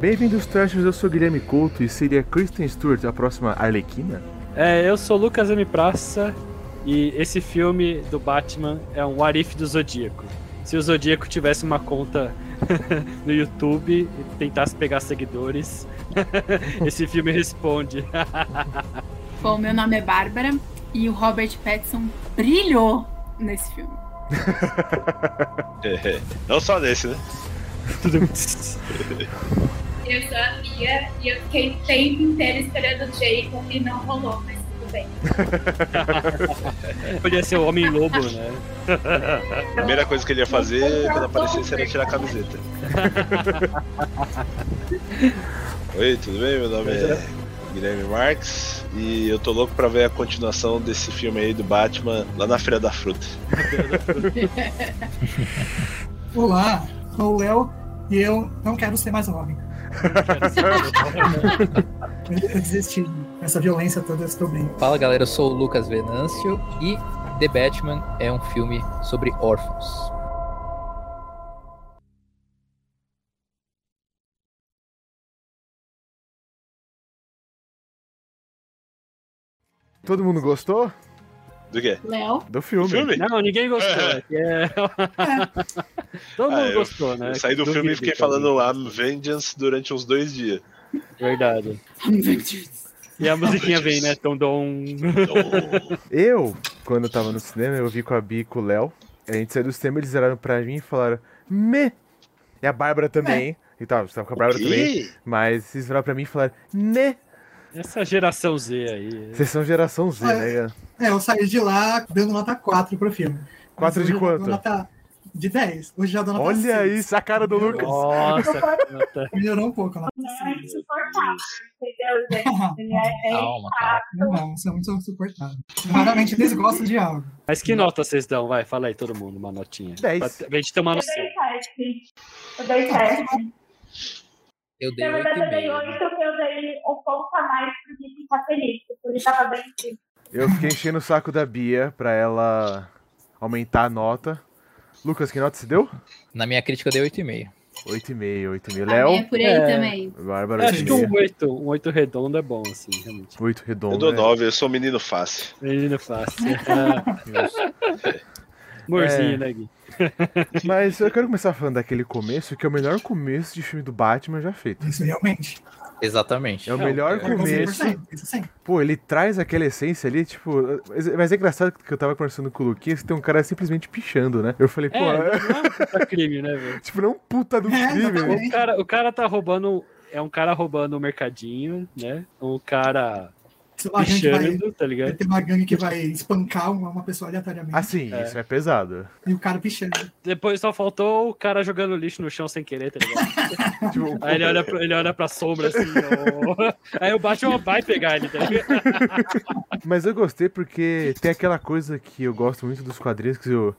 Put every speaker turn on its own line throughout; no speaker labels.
Bem-vindos, trashers. Eu sou Guilherme Couto e seria Kristen Stewart a próxima Arlequina?
É, eu sou Lucas M. Praça e esse filme do Batman é um what if do Zodíaco. Se o Zodíaco tivesse uma conta no YouTube e tentasse pegar seguidores, esse filme responde.
Bom, meu nome é Bárbara e o Robert Pattinson brilhou nesse filme.
É, não só nesse, né?
Eu sou a Bia e eu fiquei o tempo inteiro esperando o Jacob e não rolou, mas tudo bem.
Podia ser o Homem-Lobo, né?
A primeira coisa que ele ia fazer quando aparecesse era tirar a camiseta. Oi, tudo bem? Meu nome é Guilherme Marques e eu tô louco pra ver a continuação desse filme aí do Batman lá na Feira da Fruta.
Olá, sou o Léo e eu não quero ser mais homem. Eu eu desisti dessa violência toda, eu estou bem.
Fala galera, eu sou o Lucas Venâncio e The Batman é um filme sobre órfãos.
Todo mundo gostou
Do quê?
Léo,
do
Do
filme?
filme?
Não, ninguém gostou. é que é- Todo
Ah,
mundo
eu-
gostou, né?
Eu saí do filme e
Duvido,
fiquei
cara.
falando I'm Vengeance durante uns dois dias.
Verdade. E a musiquinha vem, né? Tom Dom.
Então,
Eu, quando eu tava no cinema, eu vi com a Bi e com o Léo. A gente saiu do cinema, eles olharam pra mim e falaram, me! E a Bárbara também, hein? E tal, você tava com a Bárbara também.
e-
Mas eles viraram pra mim e falaram, né?
Essa geração Z aí.
Vocês são geração Z, né? cara?
É, eu saí de lá dando nota 4 pro filme.
Quatro
Hoje
de
eu já dou
quanto?
Nota de 10. Hoje já dou nota
Olha
6.
isso, é a cara do Lucas.
Nossa, cara.
Melhorou um pouco. Nota
Não é
6.
insuportável, entendeu, gente? É- é-
Calma, calma.
Não, não,
é
são muito insuportáveis. Raramente eles gostam de algo.
Mas que nota vocês dão? Vai, fala aí todo mundo, uma notinha.
Dez.
Pra pra gente ter uma
Eu
noção.
dei sete. Eu dei sete.
Eu dei
Na verdade, eu
né?
dei
8,5.
oito, eu dei um ponto a mais pro Gui ficar feliz, porque ele tava bem feliz.
Eu fiquei enchendo o saco da Bia pra ela aumentar a nota. Lucas, que nota você deu?
Na minha crítica eu dei 8,5.
8,5, 8,5.
a minha é
Léo,
por aí
É.
também.
Bárbara,
Acho que um
8,5.
8, um 8 redondo é bom, assim, realmente.
8 redondo.
Eu dou
né?
9, eu sou um menino fácil.
Menino fácil. Ah, Amorzinho,
É.
né, Gui?
Mas eu quero começar falando daquele começo, que é o melhor começo de filme do Batman já feito.
Isso realmente.
Exatamente.
É o
Não,
melhor
é
Eu
começo.
isso sim.
Pô, ele traz aquela essência ali, tipo. mas- Mas é engraçado que eu tava conversando com o Luquinhas que tem um cara simplesmente pichando, né? Eu falei, pô,
É, não
é-
não é um puta crime, né, velho?
tipo, não é um puta do
É,
crime. né?
exatamente.
O cara, o cara tá roubando. É um cara roubando o mercadinho, né? Um cara
Se lá a gente vai,
pichando, tá
vai
ligado?
ter uma gangue que vai espancar uma, uma pessoa aleatoriamente
Assim,
É.
isso é pesado.
e o cara pichando.
Depois só faltou o cara jogando lixo no chão sem querer, tá ligado?
Tipo, o-
Aí ele olha, pra, ele olha pra sombra assim, ó. Aí o Batman vai pegar ele, tá ligado?
Mas eu gostei porque tem aquela coisa que eu gosto muito dos quadrinhos que eu.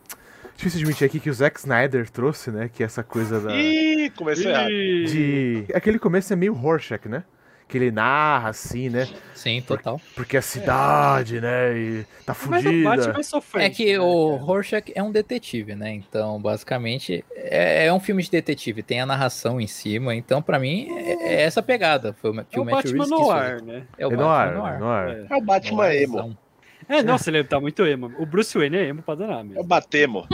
Difícil de admitir aqui que o Zack Snyder trouxe, né? Que é essa coisa da.
Ih, comecei errado.
Ih,
De. Aquele começo é meio Rorschach, né? Que ele narra assim, né?
Sim, total.
Porque a cidade, né? E tá
Mas o
fudida.
Batman é sofrente.
É que
né,
o
cara?
Rorschach é um detetive, né? Então, basicamente, é, é um filme de detetive. Tem a narração em cima. Então, pra mim, é, é essa pegada. Foi o que
É o
o Matt
Batman
Reeves
no
quis
ar, né?
fazer. É o
É no
Batman
ar,
no
é
ar.
no ar.
É.
É o Batman emo.
Noarzão.
É, nossa, ele tá muito emo. O Bruce Wayne é emo pra danar
É o
mesmo.
Batemo.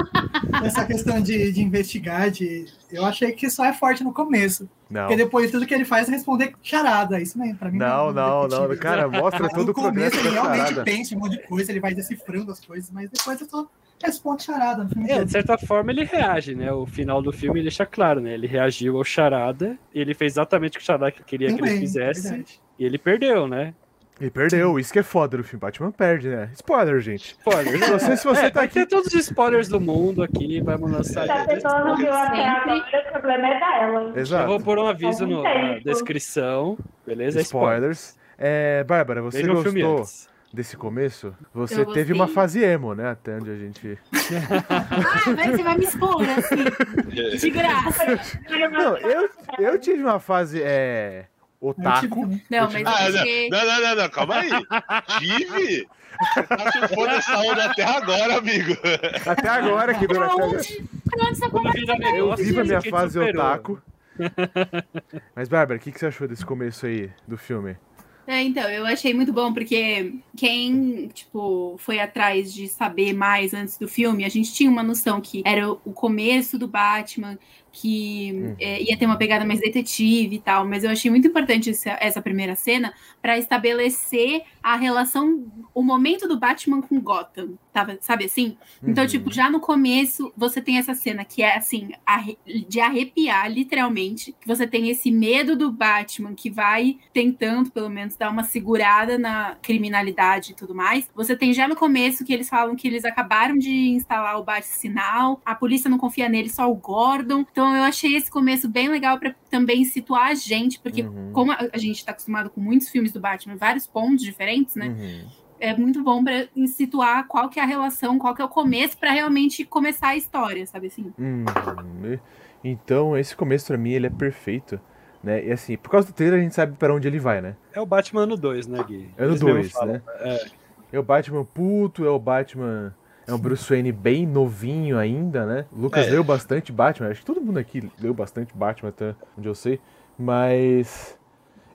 Essa questão de, de investigar, de, eu achei que só é forte no começo.
Não.
Porque depois tudo que ele faz é responder charada. é Isso mesmo, pra mim. um
Não, não, não. Cara, mostra todo
no
o progresso
começo ele
da
realmente
parada.
pensa em um monte de coisa, ele vai decifrando as coisas, mas depois ele só responde charada. No filme
É,
todo.
de certa forma ele reage, né? O final do filme deixa claro, né? Ele reagiu ao Charada, ele fez exatamente o que o Charada queria que ele
Também,
fizesse,
verdade.
e ele perdeu, né?
E perdeu, isso que é foda do filme. Batman perde, né? Spoiler, gente.
Spoiler.
Não sei se você
É,
tá
vai
aqui.
ter todos os spoilers do mundo aqui, vamos lançar.
Se a pessoa não viu até agora, o problema é dela.
Eu vou
Exato.
pôr um aviso no- na descrição, beleza?
Spoilers. É, Bárbara, você
Veja o filme
gostou
antes.
desse começo? Você
Eu
teve uma
gostei.
fase emo, né? Até onde a gente.
Ah, mas você vai me expor assim, de graça.
Não, eu, eu tive uma fase é,
Eu tive
otaku.
também.
Não, mas
Ah,
eu fiquei.
não, não, não, não, calma aí. Tive? Você tá surfando essa onda até agora, amigo.
Até agora que dura
Pra
até agora.
onde, pra onde essa
Quando
conversa
vira
vai?
Eu
negócio,
vivo a minha
quem
fase
superou?
otaku. Mas, Bárbara, o que, que você achou desse começo aí do filme?
É, então, eu achei muito bom, porque quem, tipo, foi atrás de saber mais antes do filme, a gente tinha uma noção que era o começo do Batman, que
Uhum.
é, ia ter uma pegada mais detetive e tal, mas eu achei muito importante essa, essa primeira cena para estabelecer a relação, o momento do Batman com Gotham, tava, sabe assim? Então,
Uhum.
tipo, já no começo, você tem essa cena que é assim, arre- de arrepiar, literalmente. Que você tem esse medo do Batman que vai tentando, pelo menos, dar uma segurada na criminalidade e tudo mais. Você tem já no começo que eles falam que eles acabaram de instalar o bate-sinal, a polícia não confia nele, só o Gordon. Então, eu achei esse começo bem legal pra também situar a gente, porque.
Uhum,
Como a a gente tá acostumado com muitos filmes do Batman, vários pontos diferentes, né?
uhum.
é muito bom para situar qual que é a relação, qual que é o começo para realmente começar a história, sabe assim?
Hum, e- então, esse começo pra mim ele é perfeito, né? E assim, por causa do trailer a gente sabe pra onde ele vai, né?
É o Batman ano 2, né, Gui?
É o
Eles mesmo
2,
falam.
né? É. o Batman puto, é o Batman. É um Bruce Wayne bem novinho ainda, né? O Lucas
É.
leu bastante Batman, acho que todo mundo aqui leu bastante Batman até onde eu sei, mas.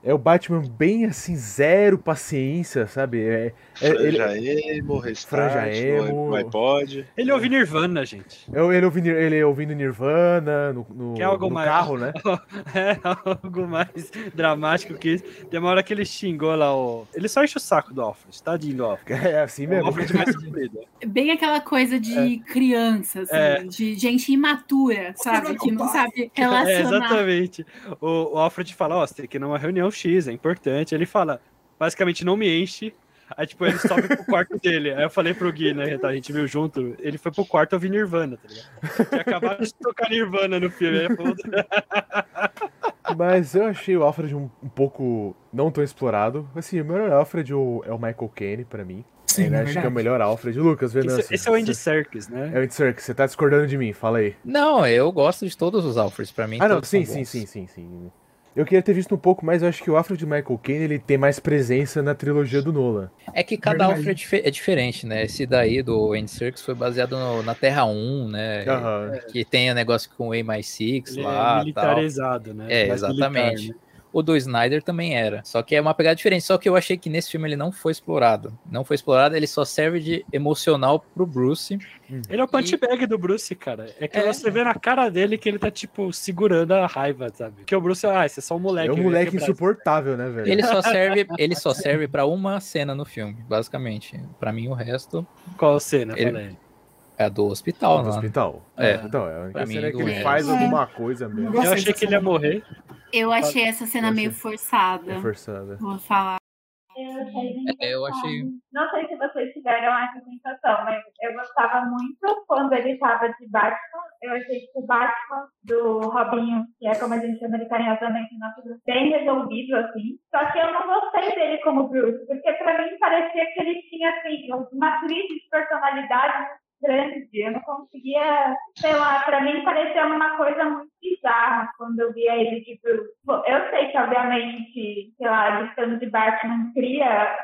É o Batman bem assim, zero paciência, sabe? É, é- ele,
Franja emo, restart,
Franja emo.
no iPod.
Ele ouve Nirvana, gente.
é o- ele, ouvindo, ele ouvindo Nirvana no, no-
Que é algo
no
mais-
carro, né?
É algo mais dramático que isso. Tem uma hora que ele xingou lá o. Ele só enche o saco do Alfred, tadinho do Alfred.
É assim
O
mesmo.
Alfred mais sofrido.
É Bem aquela coisa de criança, assim,
É.
de gente imatura,
Você não
sabe?
é
Que
meu
não
pai.
sabe
É,
relacionar.
exatamente. O, o Alfred fala: Ó, você tem que ir numa reunião X, é importante. Ele fala: basicamente, não me enche. Aí, tipo, ele sobe pro quarto dele. Aí eu falei pro Gui, né? tá, A gente viu junto. Ele foi pro quarto ouvir Nirvana, tá ligado? Tinha acabado de tocar Nirvana no filme. Aí ele falou,
Mas eu achei o Alfred um, um pouco não tão explorado. Assim, o melhor Alfred é o é o Michael Caine pra mim.
Sim,
Ele
é
acho que é o
verdade.
melhor Alfred. Lucas, Venâncio.
esse, esse é o Andy
você-
Serkis, né?
assim, É o Andy Serkis, você tá discordando de mim, fala aí.
Não, eu gosto de todos os Alfreds, pra mim.
ah, não,
todos são
sim, sim,
bons.
sim, sim, sim. Eu queria ter visto um pouco mais, eu acho que o Alfred de Michael Caine, ele tem mais presença na trilogia do Nolan.
É que cada
Verdade.
Alfred dife- é diferente, né? Esse daí do Andy Serkis foi baseado no- na Terra 1, né?
Aham.
Que tem o negócio com o A-6
Ele
lá
é
e tal.
militarizado, né?
É,
Mais militar,
exatamente.
né?
O do Snyder também era. Só que é uma pegada diferente. Só que eu achei que nesse filme ele não foi explorado. Não foi explorado, ele só serve de emocional pro Bruce.
Ele é o punch bag do Bruce, cara. É que
É.
você vê na cara dele que ele tá, tipo, segurando a raiva, sabe? Porque o Bruce, ah, esse é só um moleque.
É um
ele
moleque
quebrar.
insuportável, né, velho?
Ele só serve, ele só serve para uma cena no filme, basicamente. Pra mim o resto
Qual cena?
Ele-
Fala aí.
é do hospital,
No
né?
hospital.
É.
Então, é a única
Pra mim,
cena é que
do
ele
resto.
faz
É.
alguma coisa
Não
mesmo.
gosto
Eu achei
dessa
que ele ia morrer.
Eu achei essa cena meio forçada.
É forçada.
Vou falar.
Eu achei bem
É, eu achei-
Não sei se vocês tiveram essa sensação, mas eu gostava muito quando ele estava de Batman. Eu achei que o Batman do Robinho, que é como a gente chama ele carinhosamente, nosso Bruce, bem resolvido, assim. Só que eu não gostei dele como Bruce, porque pra mim parecia que ele tinha, assim, uma crise de personalidade muito grande. Eu não conseguia, sei lá, pra mim parecia uma coisa muito bizarra quando eu via ele de Bruce. Bom, eu sei que, obviamente, sei lá, estando de Batman cria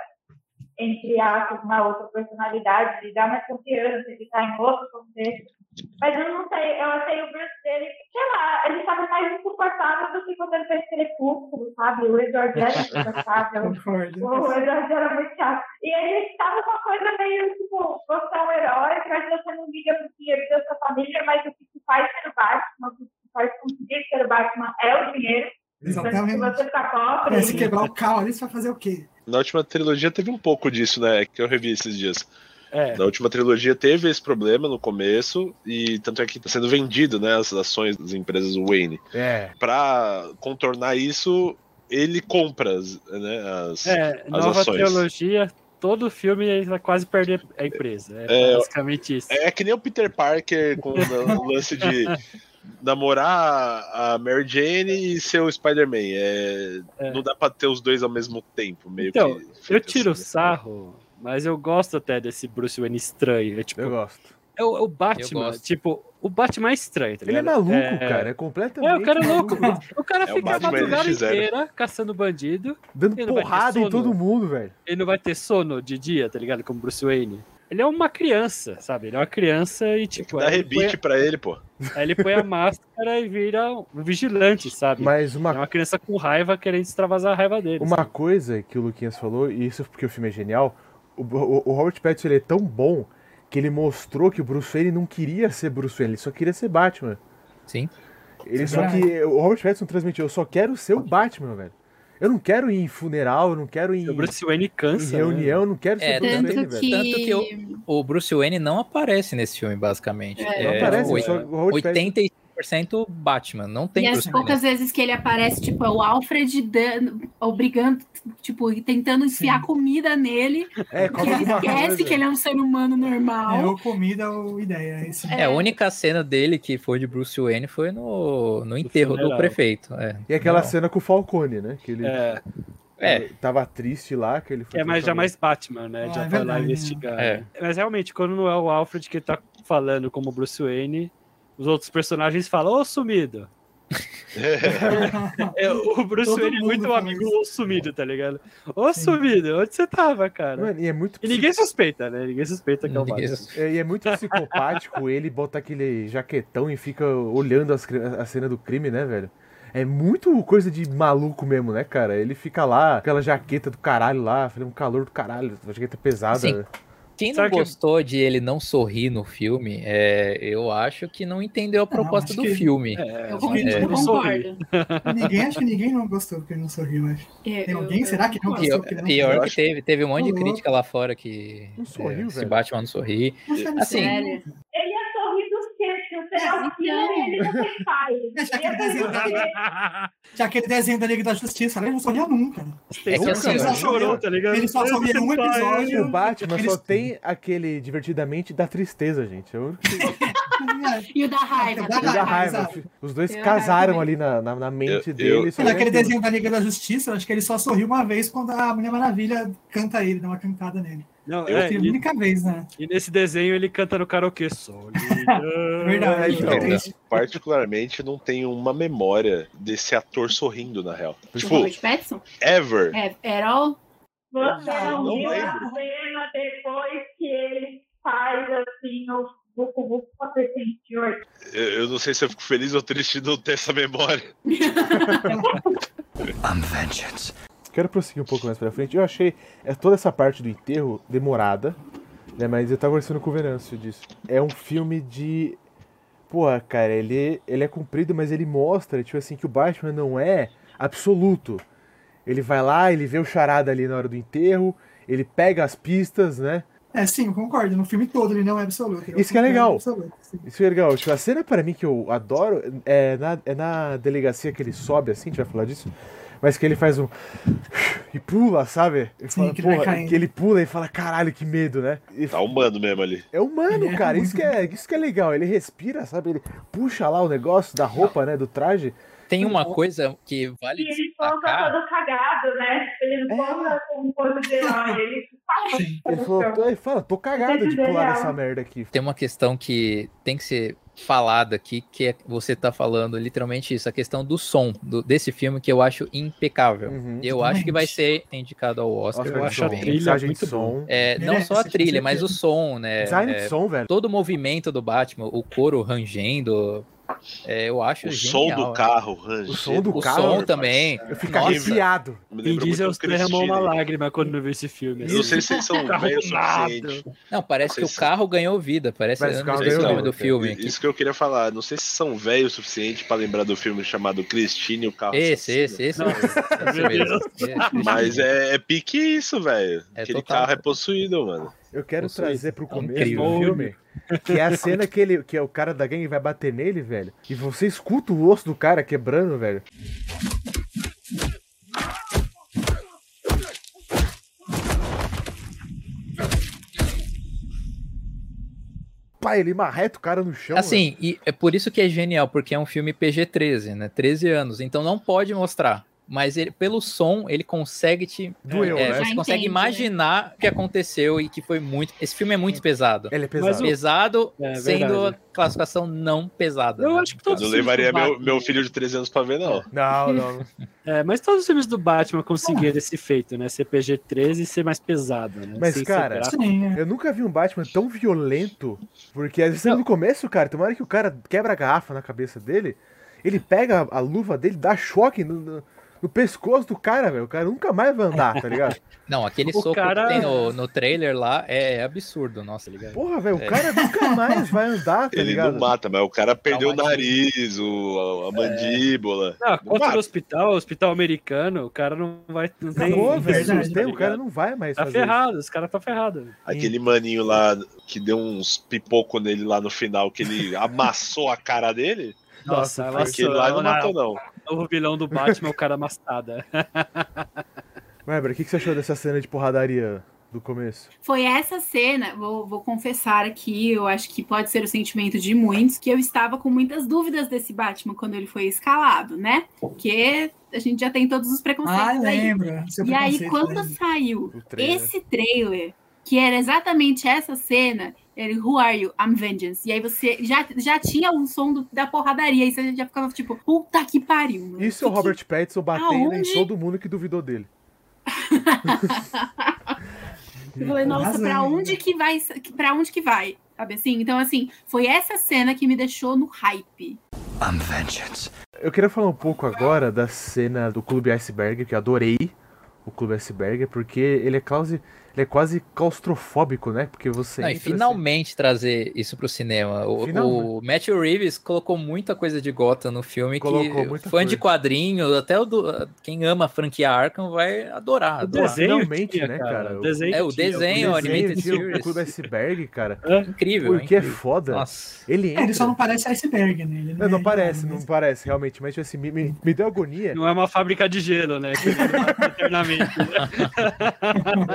entre aspas, uma outra personalidade, dá mais confiança, ele tá em outro contexto. Mas eu não sei, eu achei o Bruce dele, sei lá, ele estava mais insuportável do que quando ele fez Crepúsculo, sabe? O Edward era insuportável.
Concordo.
O Edward era muito chato. E ele estava uma coisa meio tipo, você é um herói, mas você não liga pro dinheiro da sua família, mas o que te faz ser o Batman, o que te faz conseguir ser o Batman é o dinheiro. Então, se
Exatamente.
você tá pobre,
É, se quebrar o carro ali, você vai fazer o quê?
Na última trilogia teve um pouco disso, né? Que eu revi esses dias.
É.
Na última trilogia teve esse problema no começo, e tanto é que tá sendo vendido, né? As ações das empresas Wayne.
É.
Pra contornar isso, ele compra, as- né? As...
É,
As
nova
ações.
trilogia, todo filme ele vai quase perder a empresa. É,
É,
basicamente isso.
É que nem o Peter Parker com o lance de namorar a Mary Jane e ser o Spider-Man. É,
É.
Não dá pra ter os dois ao mesmo tempo, meio
Então,
que. assim.
Eu tiro o sarro, mas eu gosto até desse Bruce Wayne estranho. É, tipo,
Eu gosto.
é o, é o Batman.
gosto.
Tipo, o Batman é estranho, tá
Ele é
ligado?
maluco, cara. É completamente.
É, o cara é louco. O cara
É o
fica a
Batman
madrugada
NX0.
inteira caçando bandido.
Dando
Ele não vai ter
porrada em
sono.
todo mundo, velho.
ele não vai ter sono de dia, tá ligado? Como Bruce Wayne. Ele é uma criança, sabe? Ele é uma criança e, tipo.
Dá
é-
rebite pra ele, pô.
Aí ele põe a máscara e vira um vigilante, sabe?
Mas uma
É uma criança com raiva querendo extravasar a raiva dele.
Uma
sabe?
coisa que o Luquinhas falou, e isso porque o filme é genial, o, o- o Robert Pattinson ele é tão bom que ele mostrou que o Bruce Wayne não queria ser Bruce Wayne, ele só queria ser Batman.
Sim.
Ele
é
só que o Robert Pattinson transmitiu, eu só quero ser o Batman, velho. Eu não quero ir em funeral, eu não quero ir em,
O Bruce Wayne
em
cansa. né?
reunião, eu não quero ser
É,
Bruce
tanto
Wayne, velho.
Tanto que o, o Bruce Wayne não aparece nesse filme, basicamente.
Não
É,
aparece,
oi-
só o Robert Pattinson
85% Batman, não tem
e as
Bruce Wayne.
poucas vezes que ele aparece, tipo, é o Alfred dando, obrigando, tipo, e tentando enfiar comida nele,
é,
que
come
ele
alguma
esquece
coisa.
que ele é um ser humano normal.
É, ou comida ou ideia. Isso.
É, a única cena dele que foi de Bruce Wayne foi no, no enterro do
funeral.
prefeito. É,
E aquela
Não.
cena com o Falcone, né? Que ele
É,
É,
tava triste lá, que ele foi
é mas
tentar-
jamais Batman, né? Já
Ah, é
foi lá
verdade, né?
investigar.
É.
né? Mas realmente, quando não é o Alfred que tá falando como Bruce Wayne, os outros personagens falam, ô sumido. É, o Bruce
Todo
Wayne é
mundo
muito
fala
amigo
isso.
ô sumido, tá ligado? Ô
Sim.
sumido, onde você tava, cara?
Mano, e é muito
E ninguém suspeita, né? Ninguém suspeita que é o
ninguém-
Batman.
É, e é muito psicopático ele bota aquele jaquetão e fica olhando as cri- a cena do crime, né, velho? É muito coisa de maluco mesmo, né, cara? Ele fica lá, aquela jaqueta do caralho lá, fazendo um calor do caralho, uma jaqueta pesada.
Sim. quem não
Sabe que-
gostou de ele não sorrir no filme, é, eu acho que não entendeu a proposta
acho
do
que-
filme.
É,
Eu,
mas
concordo,
ele
eu
não sorri.
concordo.
Ninguém, acho que ninguém não gostou porque ele não sorriu, acho.
É,
Tem
eu-
alguém?
eu
Será que não
concordo.
Pior,
gostou? porque não
pior
Eu
que
acho-
teve, teve um monte de
Ô, louco.
crítica lá fora que
Não sorriu,
é, se
velho.
Batman não sorri.
Nossa,
Assim,
Sério?
Ele é ia sorrir do quê? Se o
É,
final
então.
ele não tem paz.
Já
Ele é ia
que ele
um
desenho da
sorrir
Liga- já aquele desenho da Liga da Justiça, ele não sorria nunca. né?
É que assim,
Ele só
ó,
chorou, tá ligado?
Ele só sorria em um episódio.
é O Batman só
Eles-
tem aquele divertidamente da tristeza, gente. É o único-
E o da raiva. tá?
Da
e
Ah,
da raiva.
exato.
Os dois
Eu-
casaram ali na, na, na mente
Eu-
dele.
eu-
só
Mas Naquele
tem aquilo.
desenho da Liga da Justiça, acho que ele só sorriu uma vez quando a Mulher Maravilha canta ele, dá uma cantada nele.
Não,
Eu
é,
a
e,
única vez, né?
e nesse desenho ele canta no karaokê. Solidão.
É,
Verdade.
então.
fica triste.
Particularmente, não tenho uma memória desse ator sorrindo, na real.
O
Tipo,
Robert Pattinson?
ever.
É, at all?
Você
Ah,
não,
não
viu
lembro.
a cena depois que ele faz assim o Vucu Vucu com a Prefeitura?
Eu, eu não sei se eu fico feliz ou triste de não ter essa memória.
Quero prosseguir um pouco mais pra frente. Eu achei é, toda essa parte do enterro demorada, né? Mas eu tava conversando com o Venâncio disso. É um filme de. Pô, cara, ele, ele é comprido, mas ele mostra, tipo assim, que o Batman não é absoluto. Ele vai lá, ele vê o charada ali na hora do enterro, ele pega as pistas, né?
É, sim, eu concordo. No filme todo ele não é absoluto. Ele
Isso que é legal.
absoluto, sim.
Isso é legal. Tipo, a cena pra mim que eu adoro é na, é na delegacia que ele sobe assim, a gente vai falar disso. Mas que ele faz um. E pula, sabe? Ele
Sim,
fala,
que ele vai
"Porra",
caindo.
que ele pula e fala, caralho, que medo, né? E
Tá humano mesmo ali.
É humano,
Ele é
cara.
muito
Isso que, é, isso que é legal. Ele respira, sabe? Ele puxa lá o negócio da roupa, né? Do traje.
Tem uma coisa que vale
E ele volta
destacar.
todo cagado, né? Ele não
É.
volta com um corpo de herói. Ele passa
Sim.
Ele, falou,
Então,
"Tô- ele fala, tô cagado de pular nessa merda aqui.
Tem uma questão que tem que ser falada aqui, que é você tá falando literalmente isso, a questão do som do- desse filme que eu acho impecável.
Uhum.
Eu acho que vai ser indicado ao Oscar.
Oscar
eu
de
acho
som,
bem.
trilha
mixagem de
muito
som.
É, não
Merece,
só a
com
trilha,
certeza.
mas o som, né?
Design
É,
de som, velho.
todo o movimento do Batman, o couro rangendo, é, eu acho
O som
genial.
do carro, Range.
O som do
O
carro,
som
rapaz.
também.
Eu fico
Nossa.
arrepiado.
Me
Vin
lembrou
Diesel
muito o
derramou
Christine.
uma lágrima quando não viu esse filme. assim. Tá
Eu não sei se eles são
Carro
velhos o
do nada.
suficiente.
Não, parece que o
Vocês-
carro ganhou vida. Parece,
Parece
eu
que o
não
carro
sei o
ganhou
nome do
vida,
filme.
Isso que eu queria falar. Não sei se são velhos o suficiente pra lembrar do filme chamado Christine e o carro.
Esse,
assassino.
esse, esse.
Não.
esse mesmo. Esse.
Mas é, é pique isso, velho.
É
Aquele
total.
carro é possuído, mano.
Eu quero
Nossa,
trazer pro
é
começo
incrível.
do filme. Que é a cena que, ele, que é o cara da gangue vai bater nele, velho. E você escuta o osso do cara quebrando, velho. Pai, ele marreta o cara no chão. velho.
Assim, e é por isso que é genial, porque é um filme PG-13, né? 13 anos. Então não pode mostrar. mas ele- pelo som ele consegue te.
Doeu,
é,
né?
você
Já
consegue
entende,
imaginar o que aconteceu e que foi muito. Esse filme é muito pesado.
Ele é
Mas
pesado.
o-
Pesado,
É,
sendo a
verdade.
classificação não pesada.
Eu
né?
acho que todos
Eu
os
não
filmes
levaria
do
meu,
Batman-
meu filho de 3 anos pra ver, não.
tá
Não, não.
É, mas todos os filmes do Batman conseguiram esse feito, né? Ser PG-13 e ser mais pesado, né?
Mas,
ser
cara,
gráfico.
Sim,
né?
é.
Eu nunca vi um Batman tão violento, porque às vezes
Não.
no começo, cara, tem uma hora que o cara quebra a garrafa na cabeça dele, ele pega a, a luva dele, dá choque no, no- no pescoço do cara, velho. O cara nunca mais vai andar, tá ligado?
Não, aquele
O
soco
cara-
que tem no, no trailer lá é, é absurdo, nossa, tá ligado?
Porra,
É.
velho, o cara nunca mais vai andar, tá
Ele
ligado?
não mata, mas o cara perdeu o
Traumatismo.
nariz,
É.
o, a, a mandíbula.
Não, contra
Batman.
o hospital, o hospital americano, o cara não vai. Não tem.
Acabou,
não
velho.
verdade,
tá
não tem, o
ligado?
cara não vai mais
Tá
fazer
ferrado, os caras tá ferrado.
Aquele maninho lá que deu uns pipoco nele lá no final, que ele amassou a cara dele.
Nossa,
Nossa,
foi-
ela
Aquele lá não matou, não.
O novo vilão do Batman é o cara mastada.
isso. Bárbara, o que, que você achou dessa cena de porradaria do começo?
Foi essa cena, vou, vou confessar aqui, eu acho que pode ser o sentimento de muitos, que eu estava com muitas dúvidas desse Batman quando ele foi escalado, né? Porque a gente já tem todos os
Ah,
preconceitos aí.
lembra. seu
E aí,
preconceito,
quando
lembra.
saiu
O trailer.
esse trailer, que era exatamente essa cena, ele, Who are you? I'm vengeance. E aí você já, já tinha um som do- da porradaria, e você já ficava tipo, puta que pariu. mano.
Isso é o
Hum, Que-
Robert Pattinson batendo em
Aonde?
todo mundo que duvidou dele.
Eu falei, nossa,
Arrasando,
pra
né?
onde que vai? Pra onde que vai? Sabe assim? Então, assim, foi essa cena que me deixou no hype.
Eu queria falar um pouco agora da cena do Clube Iceberg, que eu adorei o Clube Iceberg, porque ele é quase, ele é quase claustrofóbico, né? Porque você.
Não, e
entra, você-
finalmente trazer isso pro cinema. O,
Finalmente.
o Matthew Reeves colocou muita coisa de Gotham no filme
Colocou
que
muita
fã de
coisa.
quadrinhos, até o do- quem ama a franquia Arkham vai adorar.
O
adorar.
desenho.
assim, finalmente,
tinha,
né, cara?
O desenho
É, o
tinha,
desenho,
o
o animated
desenho tinha o
series.
Clube Iceberg, cara.
Incrível.
Porque é
incrível.
foda.
Nossa.
Ele
É,
entra.
ele só não parece iceberg, né? Ele
Não,
é
não parece,
isolado,
não parece, realmente. Mas, tipo assim, me, me, me deu agonia.
Não é uma fábrica de gelo, né? Que ele mata eternamente.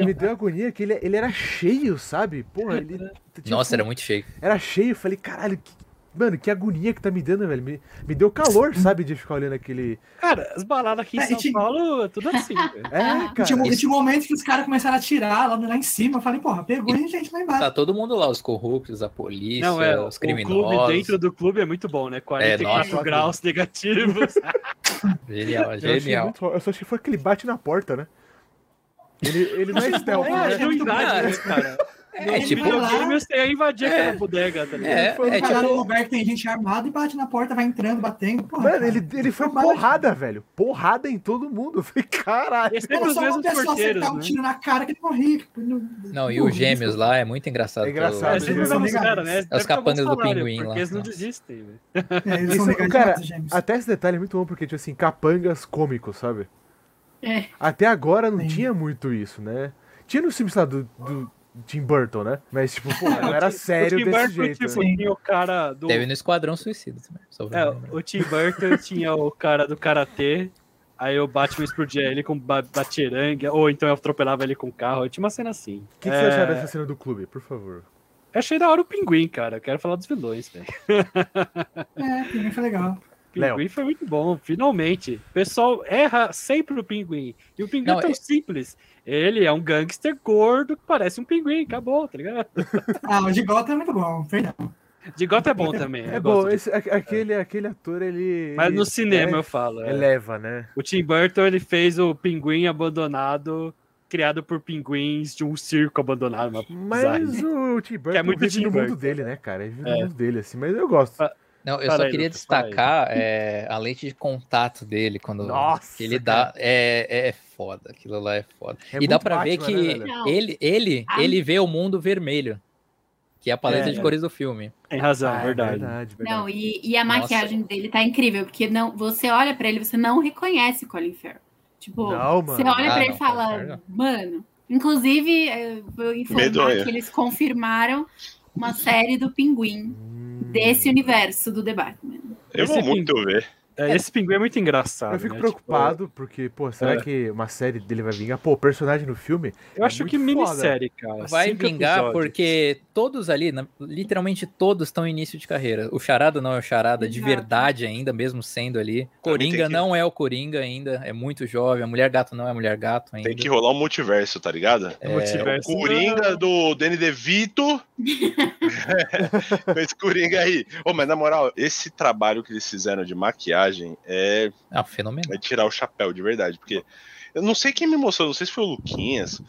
Me deu agonia que ele, ele era cheio, sabe? Porra, ele.
um
tinha
Nossa, era muito feio.
Era cheio, eu falei, caralho, que- mano, que agonia que tá me dando, velho. Me, me deu calor, sabe, de ficar olhando aquele.
Cara, as baladas aqui em
É, e
São
tinha-
Paulo é tudo assim, velho.
É,
E tinha,
cara.
e tinha um momento que os caras começaram a tirar lá, lá em cima. Eu falei, porra, pegou a gente lá embaixo.
Tá todo mundo lá, os corruptos, a polícia,
Ah. Não, é,
os
o clube
criminosos.
dentro do clube é muito bom, né? 44
nossa.
graus negativos.
Genial,
É
Eu, achei
genial.
muito- eu só achei que foi aquele bate na porta, né? Ele, ele não é stealth,
É,
né?
achei muito
invadir, né, cara?
É, tipo,
Vai lá.
videogame você ia invadir aquela bodega, tá ligado?
é,
foi
é
Vai lá num
tipo,
um lugar que tem gente armada e bate na porta, vai entrando, batendo. Porra,
Mano,
cara.
ele, ele foi
Não bate.
porrada, velho. Porrada em todo mundo. Eu falei, caralho.
E é sempre
Era
os
só uma
mesmos
pessoa
porteiros,
acertar um
né?
tiro na cara que ele morria. que não-
Não, e os gêmeos lá é muito engraçado.
É engraçado,
É,
né?
pelo-
sempre os mesmos
Obrigado.
caras, né? Deve ter algum
capangas do
salário,
pinguim lá.
Porque eles não desistem, né? velho.
É, eles são
Isso,
legais
cara,
demais, os gêmeos.
Até esse detalhe é muito bom, porque, tipo assim, capangas cômicos, sabe?
É.
Até agora não
Sim.
tinha muito isso, né? Tinha no filmes lá do, do Tim Burton, né? Mas, tipo, pô, não era sério
o Tim
desse
Burton,
jeito.
Tipo,
né?
tinha o cara do.
Teve no Esquadrão Suicida também. só pra
É,
lembrar.
o Tim Burton tinha o cara do karatê. Aí o Batman explodia ele com ba- batirangue, ou então eu atropelava ele com o carro. Tinha uma cena assim.
O que, que
É,
você achou dessa cena do clube, por favor?
Eu achei da hora o pinguim, cara. Eu quero falar dos vilões, velho.
É, também foi legal.
Léo.
Pinguim foi muito bom, finalmente. O pessoal erra sempre o pinguim. E o pinguim
Não,
é tão
é-
simples. Ele é um gangster gordo que parece um pinguim, acabou, tá ligado?
Ah, o de Gota é muito bom, verdade.
De gota é bom também.
É
eu
bom,
gosto de-
esse- a- aquele, aquele ator, ele.
Mas
ele
no cinema
é-
eu falo. é.
Eleva, né?
O Tim Burton ele fez o pinguim abandonado, criado por pinguins de um circo abandonado. uma bizarra.
Mas o Tim Burton
é muito
vive
Tim
no
Burton.
mundo dele, né, cara? Ele vive no mundo dele, assim, mas eu gosto.
É. Não, eu
Fala
só
É. aí,
queria
Lucas, fala aí.
destacar é, a lente de contato dele quando
Nossa,
que ele dá. É, é foda, aquilo lá é foda.
É
e dá
muito
pra ver
Batman, né,
que
velho?
Não.
ele, ele,
Ah.
ele vê o mundo vermelho, que é a paleta
É.
de cores do filme.
Tem razão,
Ah, é
verdade.
verdade,
Não,
verdade.
e, e a
Nossa.
maquiagem dele tá incrível, porque não, você olha pra ele, você não reconhece Colin Farrell. Tipo,
Não,
você
mano.
olha
Ah,
pra ele
não, Colin
e
Farrell
fala,
não.
mano. Inclusive, eh, vou informar
Medonha.
que eles confirmaram uma série do Pinguim
Hum.
desse universo do The Batman.
Eu
Esse
vou
aqui-
muito ver. Tipo,
É, esse pinguim é muito engraçado.
Eu fico
né?
preocupado, porque, pô, será
É.
que uma série dele vai vingar? Pô, o personagem no filme.
Tipo, eu
é
acho
muito
que minissérie, cara.
Vai
cinco
vingar
episódios.
porque todos ali, na- literalmente todos estão em início de carreira. O Charada não é o Charada de
Exato.
verdade ainda, mesmo sendo ali.
Ah,
Pra mim tem
Coringa
que-
não é o Coringa ainda, é muito jovem. A Mulher Gato não é a Mulher Gato ainda.
Tem que rolar um multiverso, tá ligado?
É,
Multiverso.
Coringa do Danny DeVito. Com esse Coringa aí. Ô, mas na moral, esse trabalho que eles fizeram de maquiagem é
Ah, fenomenal.
É tirar o chapéu, de verdade. Porque eu não sei quem me mostrou, não sei se foi o Luquinhas,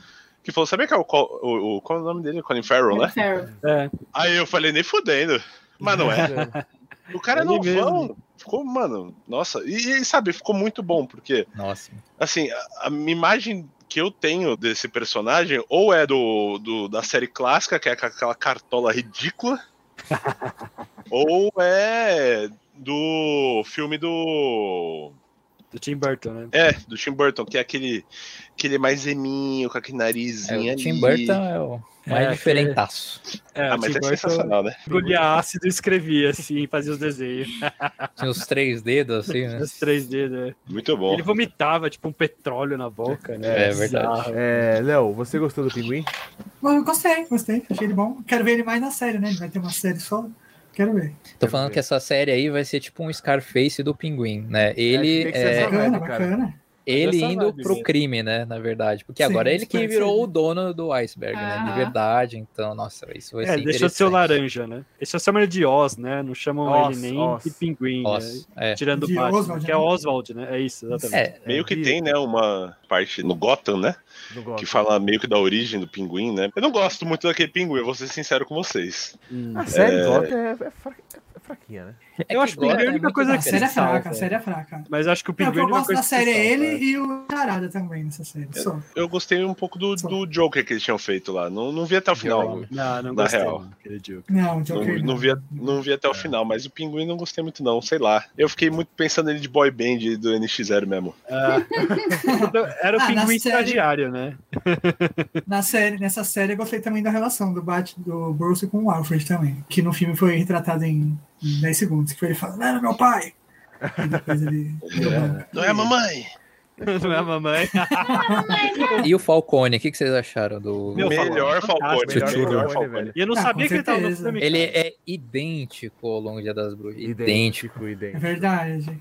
que falou, sabe qual, qual, o, o- qual é o nome dele? Colin Farrell, né?
Farrell.
É,
Aí eu falei, nem fudendo. Mas não é. O cara é
Ele
novão. Ficou, mano, nossa. E, e, sabe, ficou muito bom, porque,
Nossa.
assim, a, a minha imagem que eu tenho desse personagem ou é do, do- da série clássica, que é com aquela cartola ridícula, ou é do filme do
do Tim Burton, né?
é, do Tim Burton, que é aquele, aquele mais eminho, com aquele
É,
narizinho
o
ali.
Tim Burton é o mais
É,
diferentaço.
É,
Ah,
o
mas
Tim
é
Burton
sensacional, né?
engolia ácido e escrevia, assim, fazia os desenhos.
Tinha os três dedos, assim, né?
Os 3D, né?
Muito bom.
Ele vomitava, tipo, um petróleo na boca, né?
É, é verdade.
Bizarro.
É, Léo, você gostou do pinguim?
Mas eu gostei, gostei, achei ele bom. Quero ver ele mais na série, né? Ele vai ter uma série só. Quero ver.
Tô falando que essa série aí vai ser tipo um Scarface do Pinguim, né? Ele
tem que ser
é,
essa
Bacana,
vibe, cara.
bacana.
ele
essa
indo
vibe
pro
mesmo.
crime, né? Na verdade. Porque
Sim, Ah.
agora é ele que
parece
virou
ele.
o dono do iceberg, né? De
Aham.
verdade. Então, nossa, isso vai
É,
ser
deixou de ser o
interessante.
laranja, né? Eles só chamam ele de Oz, né? Não chamam
Oz,
ele nem
Oz.
de pinguim, né?
Nossa, é.
Tirando o
De
Batman,
Oswald,
que é
né?
Oswald, né? É isso, exatamente.
É,
Meio que
vi.
tem, né, uma parte no Gotham, né?
Não gosto.
Que fala meio que da origem do pinguim, né? Eu não gosto muito daquele pinguim, eu vou ser sincero com vocês.
Hum.
A série é... Gotham é, é fra- é fraquinha, né?
é
Eu
que
acho que ele
agora
é a única
muito
coisa
A
que
mais-
série é
salva.
fraca, a série é fraca.
Mas acho que o
É, o que
pinguim é
eu
uma
gosto
coisa
da
que
série é
salva,
ele e o Charada também nessa série. Só.
Eu gostei um pouco do, do Joker que eles tinham feito lá. Não, não vi até o final.
Não, não
Na
gostei,
real.
não, aquele Joker. É.
Não, o
Não,
Joker.
não vi, não vi até o final, mas o pinguim não gostei muito, não, sei lá. Eu fiquei muito pensando nele de boy band do NX0 mesmo.
É.
Ah. Então, Era o
Ah, na
pinguim
série-
estagiário, né?
Na série, nessa série eu gostei também da relação do Bat, do Bruce com o Alfred também, que no filme foi retratado em 10 segundos, que foi ele falando, era meu pai! E depois ele.
Não é a mamãe?
Não é a mamãe?
E o Falcone, o que, que vocês acharam do.
Meu, é
Melhor Falcone.
fantástico,
Melhor,
melhor
melhor
Falcone,
Falcone.
velho.
E eu não
Ah,
sabia
com
que ele tava no
certeza.
filme.
Ele é idêntico ao Longo Dia das Bruxas. Idêntico.
Idêntico,
É
idêntico.
verdade.